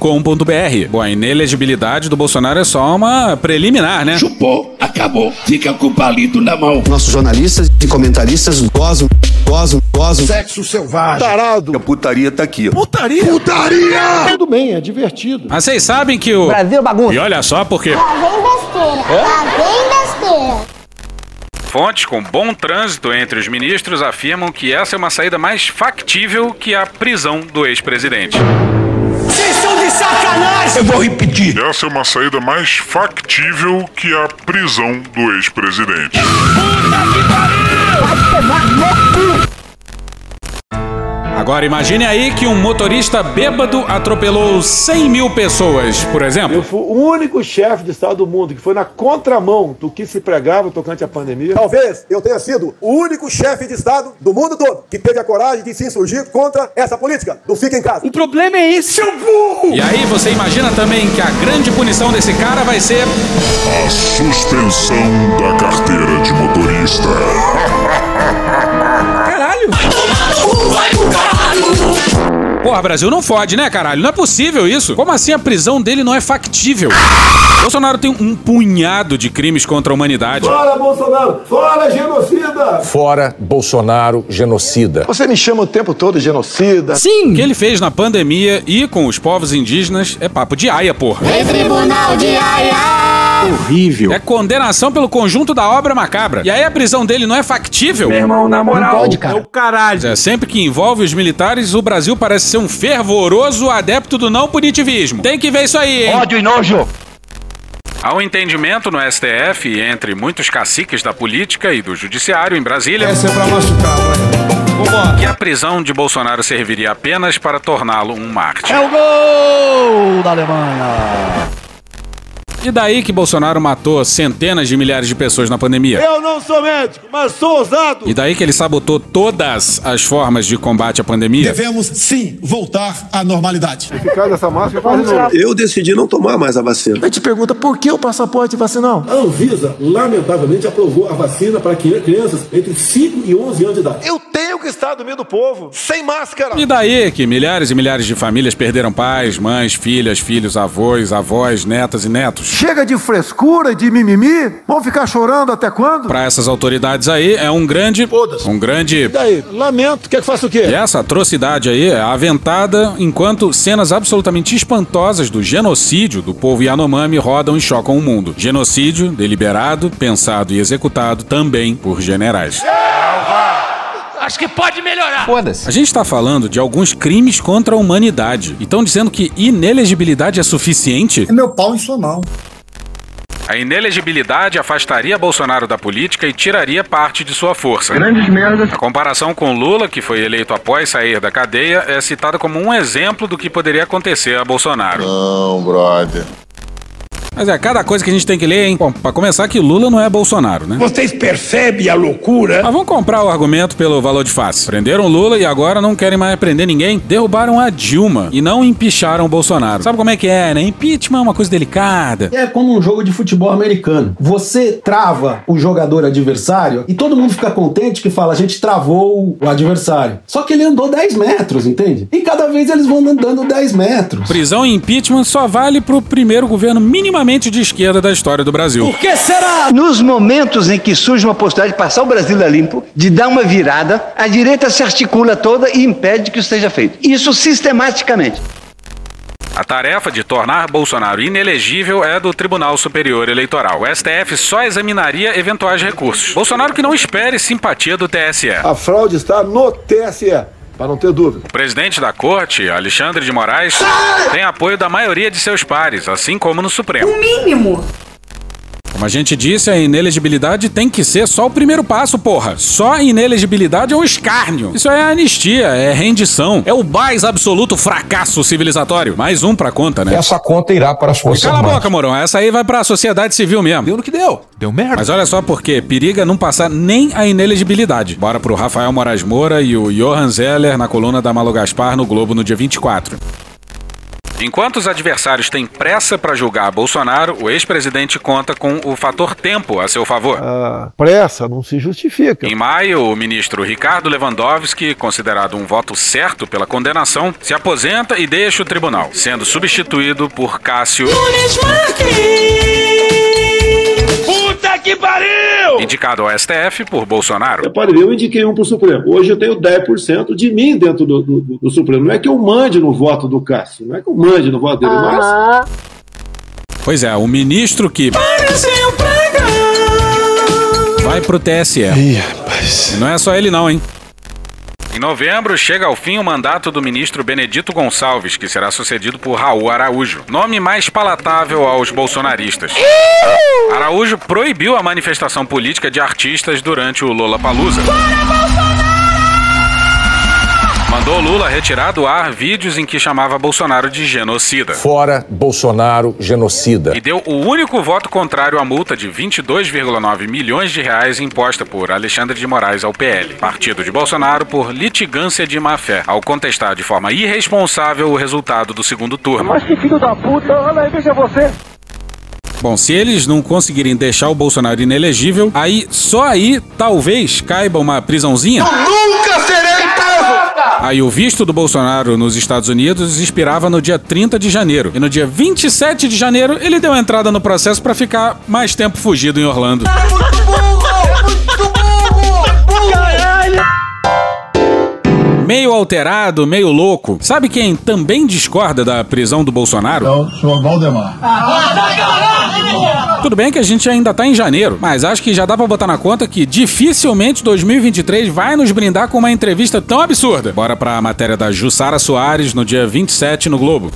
Speaker 7: Bom, a inelegibilidade do Bolsonaro é só uma preliminar, né?
Speaker 17: Chupou, acabou, fica com o palito na mão.
Speaker 18: Nossos jornalistas e comentaristas gozam, gozam, gozam.
Speaker 17: Sexo selvagem. Tarado. A putaria tá aqui.
Speaker 3: Putaria! Putaria!
Speaker 22: Tudo bem, é divertido.
Speaker 7: Mas vocês sabem que o.
Speaker 22: Brasil é bagunça.
Speaker 7: E olha só porque.
Speaker 21: Lá vem besteira,
Speaker 7: É?
Speaker 21: lá vem besteira.
Speaker 7: Fontes com bom trânsito entre os ministros afirmam que essa é uma saída mais factível que a prisão do ex-presidente.
Speaker 3: Vocês são de sacanagem! Eu vou repetir.
Speaker 5: Essa é uma saída mais factível que a prisão do ex-presidente.
Speaker 7: Agora imagine aí que um motorista bêbado atropelou 100 mil pessoas, por exemplo.
Speaker 22: Eu fui o único chefe de Estado do mundo que foi na contramão do que se pregava tocante à pandemia.
Speaker 6: Talvez eu tenha sido o único chefe de Estado do mundo todo que teve a coragem de se insurgir contra essa política do fica em casa. O problema é esse, seu burro!
Speaker 7: E aí você imagina também que a grande punição desse cara vai ser
Speaker 5: A suspensão da carteira de motorista.
Speaker 7: Caralho! Porra, Brasil, não fode, né, caralho? Não é possível isso. Como assim a prisão dele não é factível? Bolsonaro tem um punhado de crimes contra a humanidade.
Speaker 22: Fora Bolsonaro! Fora genocida!
Speaker 9: Fora Bolsonaro genocida.
Speaker 22: Você me chama o tempo todo de genocida.
Speaker 7: Sim! O que ele fez na pandemia e com os povos indígenas é papo de aia, porra.
Speaker 21: É tribunal de aia.
Speaker 7: Horrível. É condenação pelo conjunto da obra macabra. E aí a prisão dele não é factível? Meu irmão, na
Speaker 25: moral, Não pode, cara.
Speaker 7: É o caralho. É, sempre que envolve os militares, o Brasil parece ser um fervoroso adepto do não punitivismo. Tem que ver isso aí, hein? Ódio e nojo. Há um entendimento no STF entre muitos caciques da política e do judiciário em Brasília. Essa é pra machucar, Que a prisão de Bolsonaro serviria apenas para torná-lo um mártir.
Speaker 25: É o gol da Alemanha.
Speaker 7: E daí que Bolsonaro matou centenas de milhares de pessoas na pandemia?
Speaker 22: Eu não sou médico, mas sou ousado!
Speaker 7: E daí que ele sabotou todas as formas de combate à pandemia?
Speaker 9: Devemos sim voltar à normalidade.
Speaker 22: Eficaz essa máscara quase não.
Speaker 9: Eu decidi não tomar mais a vacina.
Speaker 22: Aí te pergunta por que o passaporte vacinal? A Anvisa, lamentavelmente, aprovou a vacina para que- crianças entre 5 e 11 anos de idade. Eu tenho que estar do meio do povo, sem máscara!
Speaker 7: E daí que milhares e milhares de famílias perderam pais, mães, filhas, filhos, avós, avós, netas e netos?
Speaker 22: Chega de frescura, de mimimi, vão ficar chorando até quando?
Speaker 7: Pra essas autoridades aí é um grande. Um grande.
Speaker 22: Daí, lamento, quer que faça o quê?
Speaker 7: E essa atrocidade aí é aventada enquanto cenas absolutamente espantosas do genocídio do povo Yanomami rodam e chocam o mundo. Genocídio deliberado, pensado e executado também por generais.
Speaker 3: Acho que pode melhorar.
Speaker 7: A gente está falando de alguns crimes contra a humanidade. E estão dizendo que inelegibilidade é suficiente? É meu pau em sua mão. A inelegibilidade afastaria Bolsonaro da política e tiraria parte de sua força.
Speaker 13: Grandes merdas.
Speaker 7: A comparação com Lula, que foi eleito após sair da cadeia, é citada como um exemplo do que poderia acontecer a Bolsonaro.
Speaker 5: Não, brother.
Speaker 7: Mas é cada coisa que a gente tem que ler, hein? Bom, pra começar que Lula não é Bolsonaro, né?
Speaker 9: Vocês percebem a loucura?
Speaker 7: Mas vamos comprar o argumento pelo valor de face. Prenderam Lula e agora não querem mais prender ninguém? Derrubaram a Dilma e não empicharam o Bolsonaro. Sabe como é que é, né? Impeachment é uma coisa delicada.
Speaker 13: É como um jogo de futebol americano. Você trava o jogador adversário e todo mundo fica contente que fala, a gente travou o adversário. Só que ele andou 10 metros, entende? E cada vez eles vão andando 10 metros.
Speaker 7: Prisão e impeachment só vale pro primeiro governo minimamente de esquerda da história do Brasil.
Speaker 16: que será? Nos momentos em que surge uma possibilidade de passar o Brasil a limpo, de dar uma virada, a direita se articula toda e impede que isso seja feito. Isso sistematicamente.
Speaker 7: A tarefa de tornar Bolsonaro inelegível é do Tribunal Superior Eleitoral. O STF só examinaria eventuais recursos. Bolsonaro que não espere simpatia do TSE.
Speaker 22: A fraude está no TSE, para não ter dúvida.
Speaker 7: O presidente da corte, Alexandre de Moraes, tem apoio da maioria de seus pares, assim como no Supremo.
Speaker 16: mínimo.
Speaker 7: O Como a gente disse, a inelegibilidade tem que ser só o primeiro passo, porra. Só inelegibilidade é um escárnio. Isso é anistia, é rendição, é o mais absoluto fracasso civilizatório. Mais um pra conta, né?
Speaker 11: Essa conta irá para as forças
Speaker 7: Cala a
Speaker 11: armadas.
Speaker 7: boca, Morão. Essa aí vai pra sociedade civil mesmo. Deu no que deu. Deu merda. Mas olha só por quê. Periga não passar nem a inelegibilidade. Bora pro Rafael Moraes Moura e o Johan Zeller na coluna da Malu Gaspar no Globo no dia 24. Enquanto os adversários têm pressa pra julgar Bolsonaro, o ex-presidente conta com o fator tempo a seu favor.
Speaker 26: Pressa não se justifica.
Speaker 7: Em maio, o ministro Ricardo Lewandowski, considerado um voto certo pela condenação, se aposenta e deixa o tribunal, sendo substituído por Cássio.
Speaker 3: Puta que pariu!
Speaker 7: Indicado ao STF por Bolsonaro.
Speaker 27: Pode ver, eu indiquei um para o Supremo. Hoje eu tenho 10% de mim dentro do, do- do Supremo. Não é que eu mande no voto do Cássio, não é que eu mande no voto dele, mas
Speaker 7: Pois é, o ministro que vai pro TSE. Ih, rapaz. Não é só ele não, hein? Em novembro, chega ao fim o mandato do ministro Benedito Gonçalves, que será sucedido por Raul Araújo, nome mais palatável aos bolsonaristas. Araújo proibiu a manifestação política de artistas durante o Lollapalooza. Mandou Lula retirar do ar vídeos em que chamava Bolsonaro de genocida.
Speaker 11: Fora Bolsonaro genocida.
Speaker 7: E deu o único voto contrário à multa de 22,9 milhões de reais imposta por Alexandre de Moraes ao PL, partido de Bolsonaro por litigância de má-fé, ao contestar de forma irresponsável o resultado do segundo turno.
Speaker 3: que filho da puta, olha aí, veja você.
Speaker 7: Bom, se eles não conseguirem deixar o Bolsonaro inelegível, aí só aí talvez caiba uma prisãozinha.
Speaker 3: Nunca serei preso!
Speaker 7: Aí o visto do Bolsonaro nos Estados Unidos expirava no dia 30 de janeiro. E no dia 27 de janeiro, ele deu entrada no processo pra ficar mais tempo fugido em Orlando.
Speaker 3: Muito burro! Muito burro! Caralho!
Speaker 7: Meio alterado, meio louco. Sabe quem também discorda da prisão do Bolsonaro?
Speaker 3: Sou Valdemar.
Speaker 7: Tudo bem que a gente ainda tá em janeiro, mas acho que já dá pra botar na conta que dificilmente 2023 vai nos brindar com uma entrevista tão absurda. Bora pra matéria da Jussara Soares no dia 27 no Globo.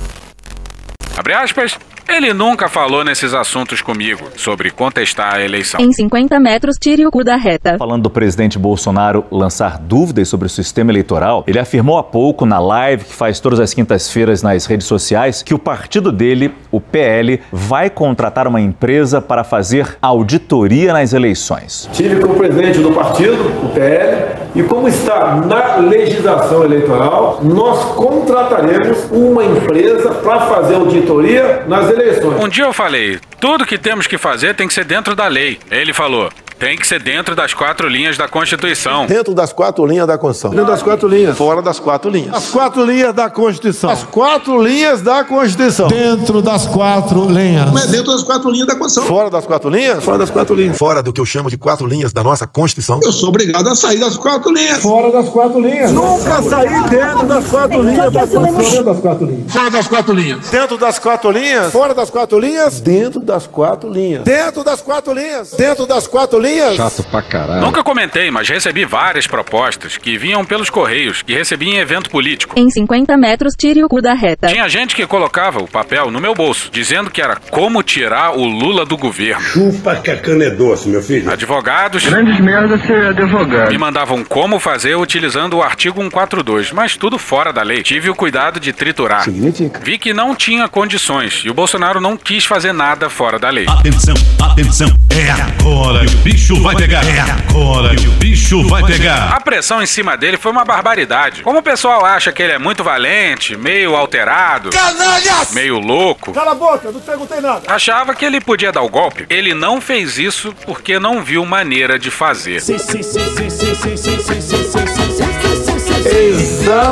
Speaker 7: Abre aspas. Ele nunca falou nesses assuntos comigo, sobre contestar a eleição.
Speaker 14: Em 50 metros, tire o cu da reta.
Speaker 28: Falando do presidente Bolsonaro lançar dúvidas sobre o sistema eleitoral, ele afirmou há pouco na live que faz todas as quintas-feiras nas redes sociais que o partido dele, o PL, vai contratar uma empresa para fazer auditoria nas eleições.
Speaker 22: Tive com o presidente do partido, o PL, e como está na legislação eleitoral, nós contrataremos uma empresa para fazer auditoria nas eleições.
Speaker 7: Um dia eu falei, tudo que temos que fazer tem que ser dentro da lei. Ele falou, tem que ser dentro das quatro linhas da Constituição.
Speaker 22: Dentro das quatro linhas da Constituição. Dentro das quatro linhas. Fora das quatro linhas. As quatro linhas da Constituição. As quatro linhas da Constituição. Dentro das quatro linhas. Mas é dentro das quatro linhas da Constituição. Fora das quatro linhas? Fora das quatro linhas. Fora do que eu chamo de quatro linhas da nossa Constituição. Eu sou obrigado a sair das quatro linhas. Fora das quatro linhas. Nunca saí dentro das quatro linhas da Constituição.
Speaker 29: das quatro linhas.
Speaker 22: Fora das quatro linhas. Dentro das quatro linhas. Fora das quatro linhas. Dentro das quatro linhas. Dentro das quatro linhas. Dentro das quatro linhas. Chato pra caralho.
Speaker 7: Nunca comentei, mas recebi várias propostas que vinham pelos correios, que recebi em evento político.
Speaker 14: Em 50 metros, tire o cu da reta.
Speaker 7: Tinha gente que colocava o papel no meu bolso, dizendo que era como tirar o Lula do governo.
Speaker 23: Chupa que a cana é doce, meu filho.
Speaker 7: Advogados
Speaker 23: Grandes merda ser advogado.
Speaker 7: me mandavam como fazer utilizando o artigo 142, mas tudo fora da lei. Tive o cuidado de triturar. Vi que não tinha condições e o Bolsonaro não quis fazer nada fora da lei.
Speaker 9: Atenção, atenção, é agora que o bicho vai pegar. É agora que o bicho vai pegar.
Speaker 7: A pressão em cima dele foi uma barbaridade. Como o pessoal acha que ele é muito valente, meio alterado,
Speaker 22: Canalhas!
Speaker 7: meio louco,
Speaker 22: Cala a boca, não perguntei nada.
Speaker 7: achava que ele podia dar o golpe. Ele não fez isso porque não viu maneira de fazer.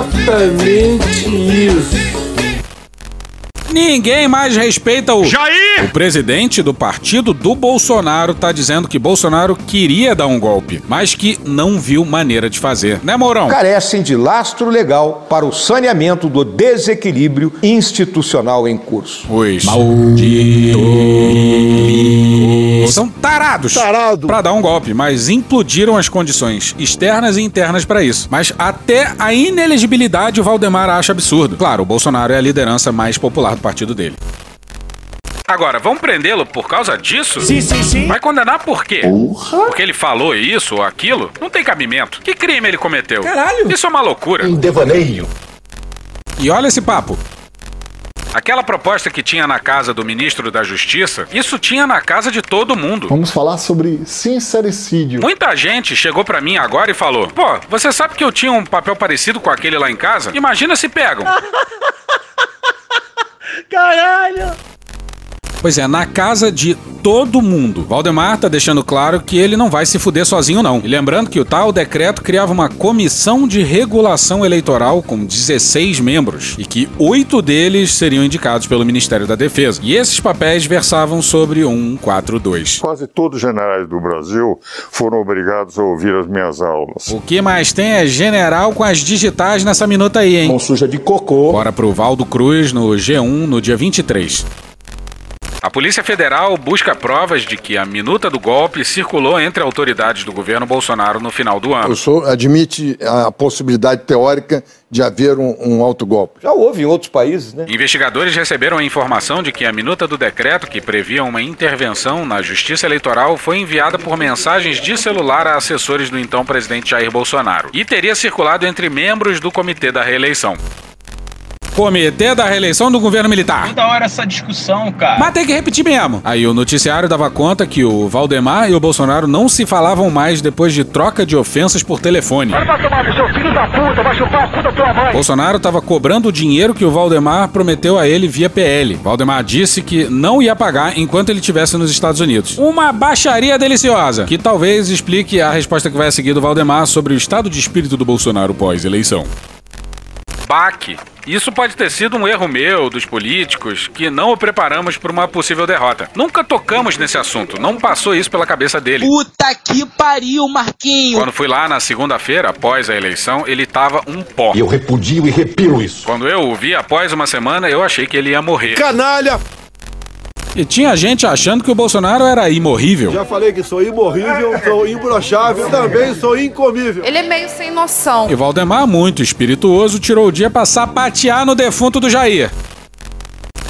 Speaker 22: Exatamente isso.
Speaker 7: Ninguém mais respeita o Jair! O presidente do partido do Bolsonaro tá dizendo que Bolsonaro queria dar um golpe, mas que não viu maneira de fazer. Né, Mourão?
Speaker 20: Carecem de lastro legal para o saneamento do desequilíbrio institucional em curso.
Speaker 7: Pois. São tarados. Tarado. Pra dar um golpe, mas implodiram as condições externas e internas pra isso. Mas até a inelegibilidade o Valdemar acha absurdo. Claro, o Bolsonaro é a liderança mais popular do partido dele. Agora, vão prendê-lo por causa disso?
Speaker 3: Sim, sim, sim.
Speaker 7: Vai condenar por quê? Porque ele falou isso ou aquilo? Não tem cabimento. Que crime ele cometeu?
Speaker 3: Caralho.
Speaker 7: Isso é uma loucura. Um
Speaker 30: devaneio.
Speaker 7: E olha esse papo. Aquela proposta que tinha na casa do ministro da Justiça, isso tinha na casa de todo mundo.
Speaker 1: Vamos falar sobre sincericídio.
Speaker 7: Muita gente chegou pra mim agora e falou: Pô, você sabe que eu tinha um papel parecido com aquele lá em casa? Imagina se pegam.
Speaker 3: Caralho.
Speaker 7: Pois é, na casa de todo mundo. Valdemar tá deixando claro que ele não vai se fuder sozinho, não. E lembrando que o tal decreto criava uma comissão de regulação eleitoral com 16 membros e que oito deles seriam indicados pelo Ministério da Defesa. E esses papéis versavam sobre um 142.
Speaker 2: Quase todos os generais do Brasil foram obrigados a ouvir as minhas aulas.
Speaker 7: O que mais tem é general com as digitais nessa minuta aí, hein? Com suja de cocô. Bora pro Valdo Cruz no G1 no dia 23. A Polícia Federal busca provas de que a minuta do golpe circulou entre autoridades do governo Bolsonaro no final do ano.
Speaker 1: Ah, O senhor admite a possibilidade teórica de haver um, um autogolpe?
Speaker 30: Já houve em outros países, né?
Speaker 7: Investigadores receberam a informação de que a minuta do decreto que previa uma intervenção na Justiça Eleitoral foi enviada por mensagens de celular a assessores do então presidente Jair Bolsonaro e teria circulado entre membros do Comitê da Reeleição. Comitê da Reeleição do Governo Militar.
Speaker 8: Toda hora essa discussão, cara.
Speaker 7: Mas tem que repetir mesmo. Aí o noticiário dava conta que o Valdemar e o Bolsonaro não se falavam mais depois de troca de ofensas por telefone.
Speaker 3: Vai tomar no seu filho da puta, vai chupar a puta da tua mãe.
Speaker 7: Bolsonaro estava cobrando o dinheiro que o Valdemar prometeu a ele via PL. Valdemar disse que não ia pagar enquanto ele estivesse nos Estados Unidos. Uma baixaria deliciosa, que talvez explique a resposta que vai a seguir do Valdemar sobre o estado de espírito do Bolsonaro pós-eleição. Baque. Isso pode ter sido um erro meu, dos políticos, que não o preparamos para uma possível derrota. Nunca tocamos nesse assunto, não passou isso pela cabeça dele.
Speaker 8: Puta que pariu, Marquinho.
Speaker 7: Quando fui lá na segunda-feira, após a eleição, ele tava um pó.
Speaker 30: E eu repudio e repiro isso.
Speaker 7: Quando eu o vi após uma semana, eu achei que ele ia morrer.
Speaker 19: Canalha!
Speaker 7: E tinha gente achando que o Bolsonaro era imorrível.
Speaker 19: Já falei que sou imorrível,
Speaker 22: É.
Speaker 19: sou imbrochável, também sou incomível.
Speaker 10: Ele é meio sem noção.
Speaker 7: E Valdemar, muito espirituoso, tirou o dia pra sapatear no defunto do Jair.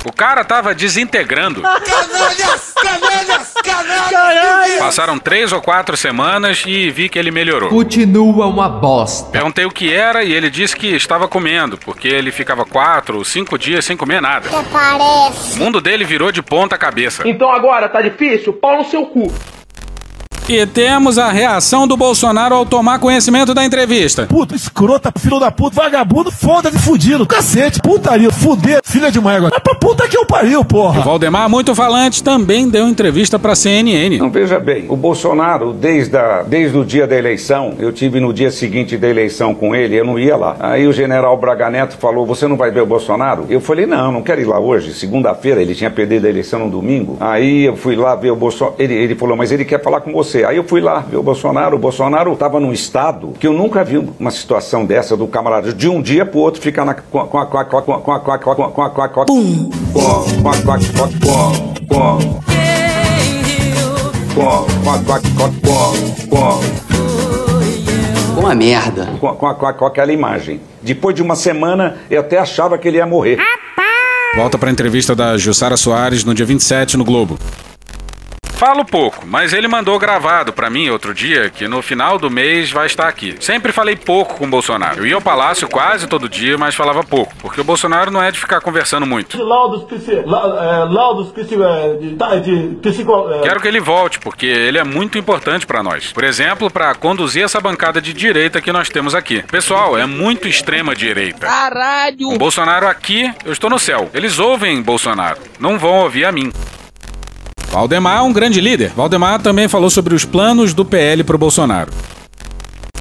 Speaker 7: O cara tava desintegrando.
Speaker 3: Canalhas, canalhas, canalhas.
Speaker 7: Passaram três ou quatro semanas e vi que ele melhorou.
Speaker 11: Continua uma bosta.
Speaker 7: Perguntei o que era e ele disse que estava comendo, porque ele ficava quatro ou cinco dias sem comer nada.
Speaker 10: Até parece.
Speaker 7: O mundo dele virou de ponta cabeça.
Speaker 3: Então agora tá difícil? Pau no seu cu.
Speaker 7: E temos a reação do Bolsonaro ao tomar conhecimento da entrevista.
Speaker 19: Puta, escrota, filho da puta, vagabundo, foda-se, fudido, cacete, putaria, fuder, filha de mãe agora. Mas pra puta que eu pariu,
Speaker 7: O
Speaker 19: porra.
Speaker 7: Valdemar, muito falante, também deu entrevista pra CNN.
Speaker 20: Não, veja bem, o Bolsonaro, desde, a- desde o dia da eleição, eu tive no dia seguinte da eleição com ele, eu não ia lá. Aí o general Braga Neto falou, você não vai ver o Bolsonaro? Eu falei, não, não quero ir lá hoje, segunda-feira, ele tinha perdido a eleição no domingo. Aí eu fui lá ver o Bolsonaro, ele, ele falou, mas ele quer falar com você. Aí eu fui lá ver o Bolsonaro, o Bolsonaro estava num estado que eu nunca vi uma situação dessa do camarada, de um dia pro outro ficar na... com a... com a... com a... com a... com a... com a... com a... com a... com a... com a... com a... com a... com a... com a... Com, com, com, com, com, com. Uma merda. Com, com, com, com aquela imagem. Depois de uma semana, eu até achava que ele ia morrer.
Speaker 7: Volta pra entrevista da Jussara Soares no dia 27 no Globo. Falo pouco, mas ele mandou gravado pra mim outro dia que no final do mês vai estar aqui. Sempre falei pouco com o Bolsonaro. Eu ia ao palácio quase todo dia, mas falava pouco, porque o Bolsonaro não é de ficar conversando muito.
Speaker 11: Laudos, psi, la, é, laudos psi, é, de, tá, de psico, é,
Speaker 7: Quero que ele volte, porque ele é muito importante pra nós. Por exemplo, pra conduzir essa bancada de direita que nós temos aqui. Pessoal, é muito extrema direita.
Speaker 8: Caralho.
Speaker 7: Com Bolsonaro aqui, eu estou no céu. Eles ouvem Bolsonaro, não vão ouvir a mim. Valdemar é um grande líder. Valdemar também falou sobre os planos do PL pro Bolsonaro.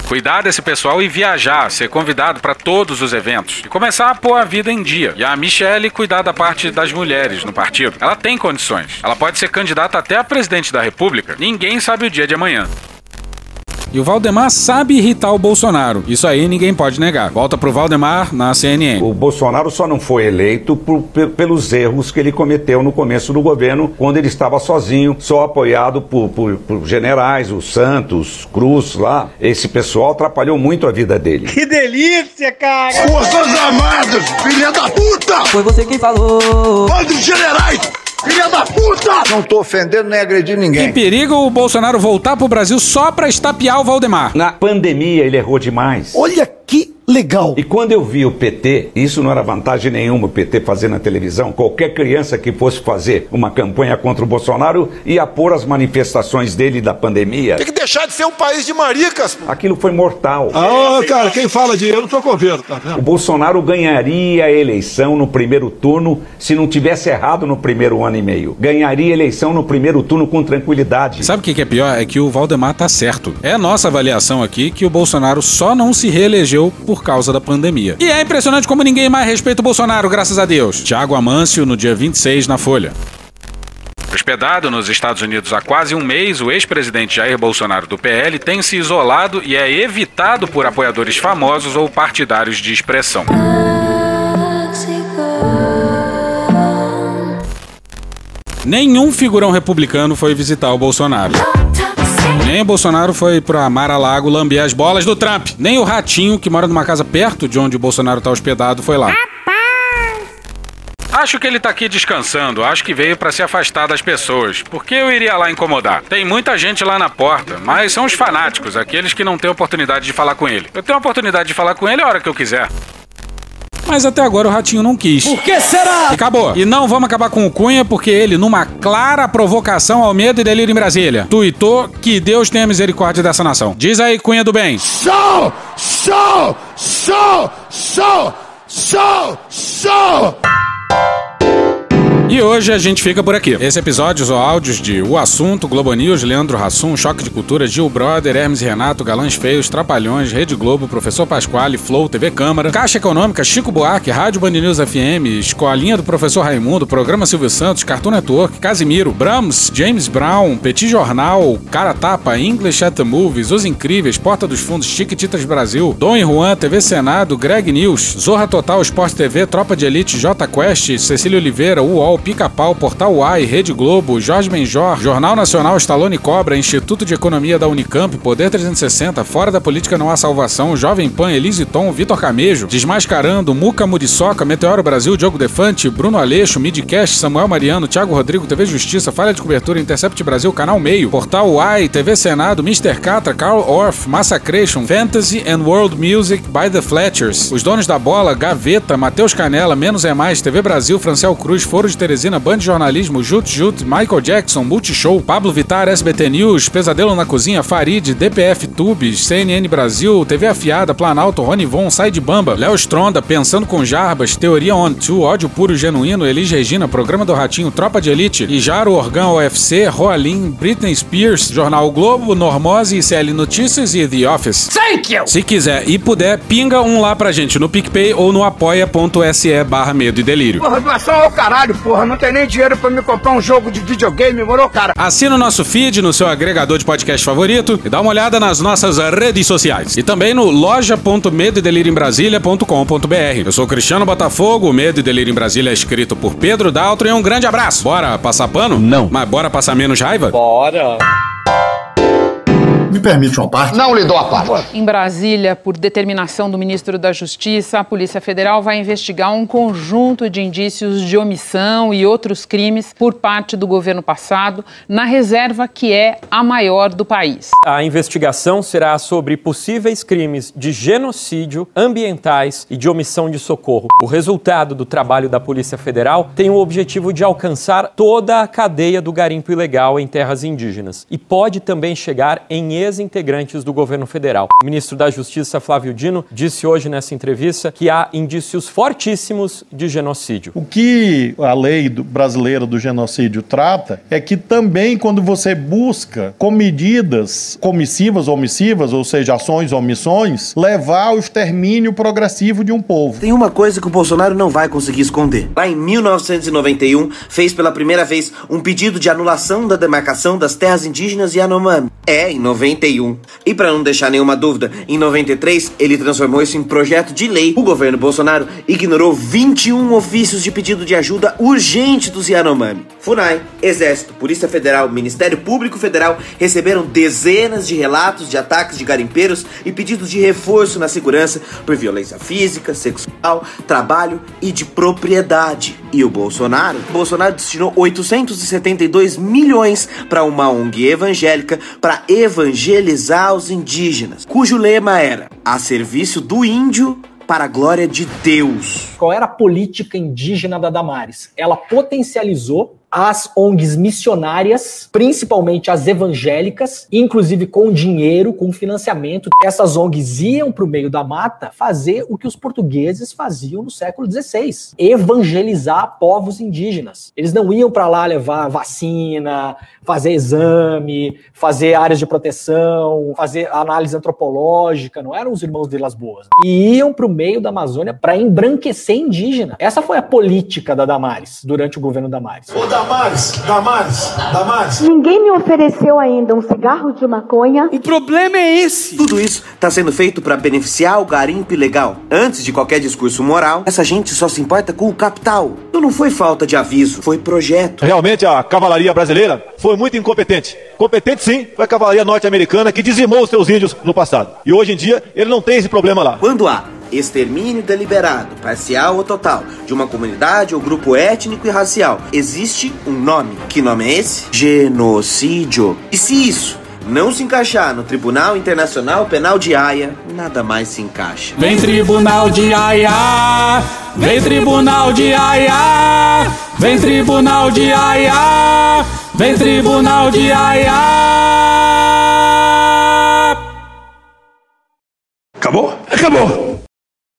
Speaker 7: Cuidar desse pessoal e viajar, ser convidado para todos os eventos e começar a pôr a vida em dia. E a Michelle cuidar da parte das mulheres no partido. Ela tem condições. Ela pode ser candidata até a presidente da República. Ninguém sabe o dia de amanhã. E o Valdemar sabe irritar o Bolsonaro. Isso aí ninguém pode negar. Volta pro Valdemar na CNN.
Speaker 20: O Bolsonaro só não foi eleito por- pe- pelos erros que ele cometeu no começo do governo, quando ele estava sozinho, só apoiado por, por- por generais, o Santos, Cruz lá. Esse pessoal atrapalhou muito a vida dele.
Speaker 3: Que delícia, cara.
Speaker 17: Forças Armadas, filha da puta!
Speaker 3: Foi você quem falou.
Speaker 17: Bando de generais,
Speaker 7: Filha da puta! Não tô ofendendo nem agredindo ninguém. Em perigo o Bolsonaro voltar pro Brasil só pra estapear o Valdemar.
Speaker 20: Na pandemia ele errou demais.
Speaker 7: Olha que
Speaker 20: Legal. E quando eu vi o PT, isso não era vantagem nenhuma o PT fazer na televisão. Qualquer criança que fosse fazer uma campanha contra o Bolsonaro ia pôr as manifestações dele da pandemia.
Speaker 19: Tem que deixar de ser um país de maricas, pô.
Speaker 20: Aquilo foi mortal.
Speaker 19: Ah, cara, quem fala de eu não sou coveiro, tá vendo?
Speaker 20: O Bolsonaro ganharia a eleição no primeiro turno se não tivesse errado no primeiro ano e meio. Ganharia a eleição no primeiro turno com tranquilidade.
Speaker 7: Sabe o que que é pior? É que o Valdemar tá certo. É nossa avaliação aqui que o Bolsonaro só não se reelegeu por causa da pandemia. E é impressionante como ninguém mais respeita o Bolsonaro, graças a Deus. Tiago Amâncio, no dia 26, na Folha. Hospedado nos Estados Unidos há quase um mês, o ex-presidente Jair Bolsonaro do PL tem se isolado e é evitado por apoiadores famosos ou partidários de expressão. Nenhum figurão republicano foi visitar o Bolsonaro. Nem o Bolsonaro foi pra Mar-a-Lago lamber as bolas do Trump. Nem o Ratinho, que mora numa casa perto de onde o Bolsonaro tá hospedado, foi lá. Acho que ele tá aqui descansando. Acho que veio pra se afastar das pessoas. Por que eu iria lá incomodar? Tem muita gente lá na porta, mas são os fanáticos, aqueles que não têm oportunidade de falar com ele. Eu tenho a oportunidade de falar com ele a hora que eu quiser. Mas até agora o Ratinho não quis. Por que será? E acabou. E não vamos acabar com o Cunha, porque ele, numa clara provocação ao medo e delírio em Brasília, tuitou que Deus tenha misericórdia dessa nação. Diz aí, Cunha do Bem.
Speaker 3: Show! Show! Show! Show! Show! Show!
Speaker 7: E hoje a gente fica por aqui. Esse episódio ou áudios de O Assunto, Globo News, Leandro Hassum, Choque de Cultura, Gil Brother, Hermes e Renato, Galãs Feios, Trapalhões, Rede Globo, Professor Pasquale, Flow, TV Câmara, Caixa Econômica, Chico Buarque, Rádio Band News FM, Escolinha do Professor Raimundo, Programa Silvio Santos, Cartoon Network, Casimiro, Brahms, James Brown, Petit Jornal, Cara Tapa, English at the Movies, Os Incríveis, Porta dos Fundos, Chiquititas Brasil, Dom e Juan, TV Senado, Greg News, Zorra Total, Esporte TV, Tropa de Elite, J Quest, Cecília Oliveira, UOL, UOL, Pica-Pau, Portal UAI, Rede Globo, Jorge Benjor, Jornal Nacional Estalone Cobra, Instituto de Economia da Unicamp, Poder 360, Fora da Política Não Há Salvação, Jovem Pan, Elise Tom, Vitor Camejo, Desmascarando, Muca Muriçoca, Meteoro Brasil, Diogo Defante, Bruno Aleixo, Midcast, Samuel Mariano, Thiago Rodrigo, TV Justiça, Falha de Cobertura, Intercept Brasil, Canal Meio, Portal UAI, TV Senado, Mr. Catra, Carl Orff, Massacration, Fantasy and World Music by The Fletchers, Os Donos da Bola, Gaveta, Matheus Canela, Menos é Mais, TV Brasil, Franciel Cruz, Foro de Teresina, Band de Jornalismo, Jut Jut, Michael Jackson, Multishow, Pablo Vitar, SBT News, Pesadelo na Cozinha, Farid, DPF Tubes, CNN Brasil, TV Afiada, Planalto, Rony Von, Sai de Bamba, Léo Stronda, Pensando com Jarbas, Teoria On Two, Ódio Puro Genuíno, Elis Regina, Programa do Ratinho, Tropa de Elite, Ijaro Organ UFC, Roalin, Britney Spears, Jornal o Globo, Normose, ICL Notícias e The Office.
Speaker 3: Thank you!
Speaker 7: Se quiser e puder, pinga um lá pra gente no PicPay ou no apoia.se barra medo e delírio.
Speaker 3: Porra, doação ao caralho, porra. Não tem nem dinheiro pra me comprar um jogo de videogame, moro, cara?
Speaker 7: Assina o nosso feed no seu agregador de podcast favorito e dá uma olhada nas nossas redes sociais. E também no loja.medoedelirioembrasilha.com.br. Eu sou Cristiano Botafogo, o Medo e Delírio em Brasília é escrito por Pedro Daltro e um grande abraço. Bora passar pano? Não. Mas bora passar menos raiva? Bora.
Speaker 25: Me permite uma parte? Não lhe dou a parte.
Speaker 5: Em Brasília, por determinação do ministro da Justiça, a Polícia Federal vai investigar um conjunto de indícios de omissão e outros crimes por parte do governo passado na reserva que é a maior do país.
Speaker 6: A investigação será sobre possíveis crimes de genocídio, ambientais e de omissão de socorro. O resultado do trabalho da Polícia Federal tem o objetivo de alcançar toda a cadeia do garimpo ilegal em terras indígenas e pode também chegar em ex-integrantes do governo federal. O ministro da Justiça, Flávio Dino, disse hoje nessa entrevista que há indícios fortíssimos de genocídio.
Speaker 13: O que a lei do- brasileira do genocídio trata é que também quando você busca com medidas comissivas, omissivas, ou seja, ações, omissões, levar ao extermínio progressivo de um povo.
Speaker 18: Tem uma coisa que o Bolsonaro não vai conseguir esconder. Lá em 1991, fez um pela primeira vez um pedido de anulação da demarcação das terras indígenas Yanomami. É, em 91. 91. E para não deixar nenhuma dúvida, em 93 ele transformou isso em projeto de lei. O governo Bolsonaro ignorou 21 ofícios de pedido de ajuda urgente dos Yanomami. FUNAI, Exército, Polícia Federal, Ministério Público Federal receberam dezenas de relatos de ataques de garimpeiros e pedidos de reforço na segurança por violência física, sexual, trabalho e de propriedade. E o Bolsonaro? Bolsonaro destinou 872 milhões para uma ONG evangélica para evangelizar os indígenas, cujo lema era: a serviço do índio para a glória de Deus.
Speaker 4: Qual era a política indígena da Damares? Ela potencializou as ONGs missionárias, principalmente as evangélicas, inclusive com dinheiro, com financiamento. Essas ONGs iam para o meio da mata fazer o que os portugueses faziam no século XVI: evangelizar povos indígenas. Eles não iam para lá levar vacina, fazer exame, fazer áreas de proteção, fazer análise antropológica. Não eram os irmãos de Las Boas. E iam para o meio da Amazônia para embranquecer indígena. Essa foi a política da Damares durante o governo Damares.
Speaker 22: Ô Damares, Damares, Damares.
Speaker 9: Ninguém me ofereceu ainda um cigarro de maconha.
Speaker 18: O problema é esse. Tudo isso está sendo feito para beneficiar o garimpo ilegal. Antes de qualquer discurso moral, essa gente só se importa com o capital. Então não foi falta de aviso, foi projeto.
Speaker 30: Realmente a cavalaria brasileira foi muito incompetente. Competente sim, foi a cavalaria norte-americana que dizimou os seus índios no passado. E hoje em dia ele não tem esse problema lá.
Speaker 18: Quando há extermínio deliberado, parcial ou total, de uma comunidade ou grupo étnico e racial. Existe um nome. Que nome é esse? Genocídio. E se isso não se encaixar no Tribunal Internacional Penal de Haia, nada mais se encaixa.
Speaker 12: Vem Tribunal de Haia, vem Tribunal de Haia, vem Tribunal de Haia, vem Tribunal de Haia.
Speaker 17: Acabou? Acabou!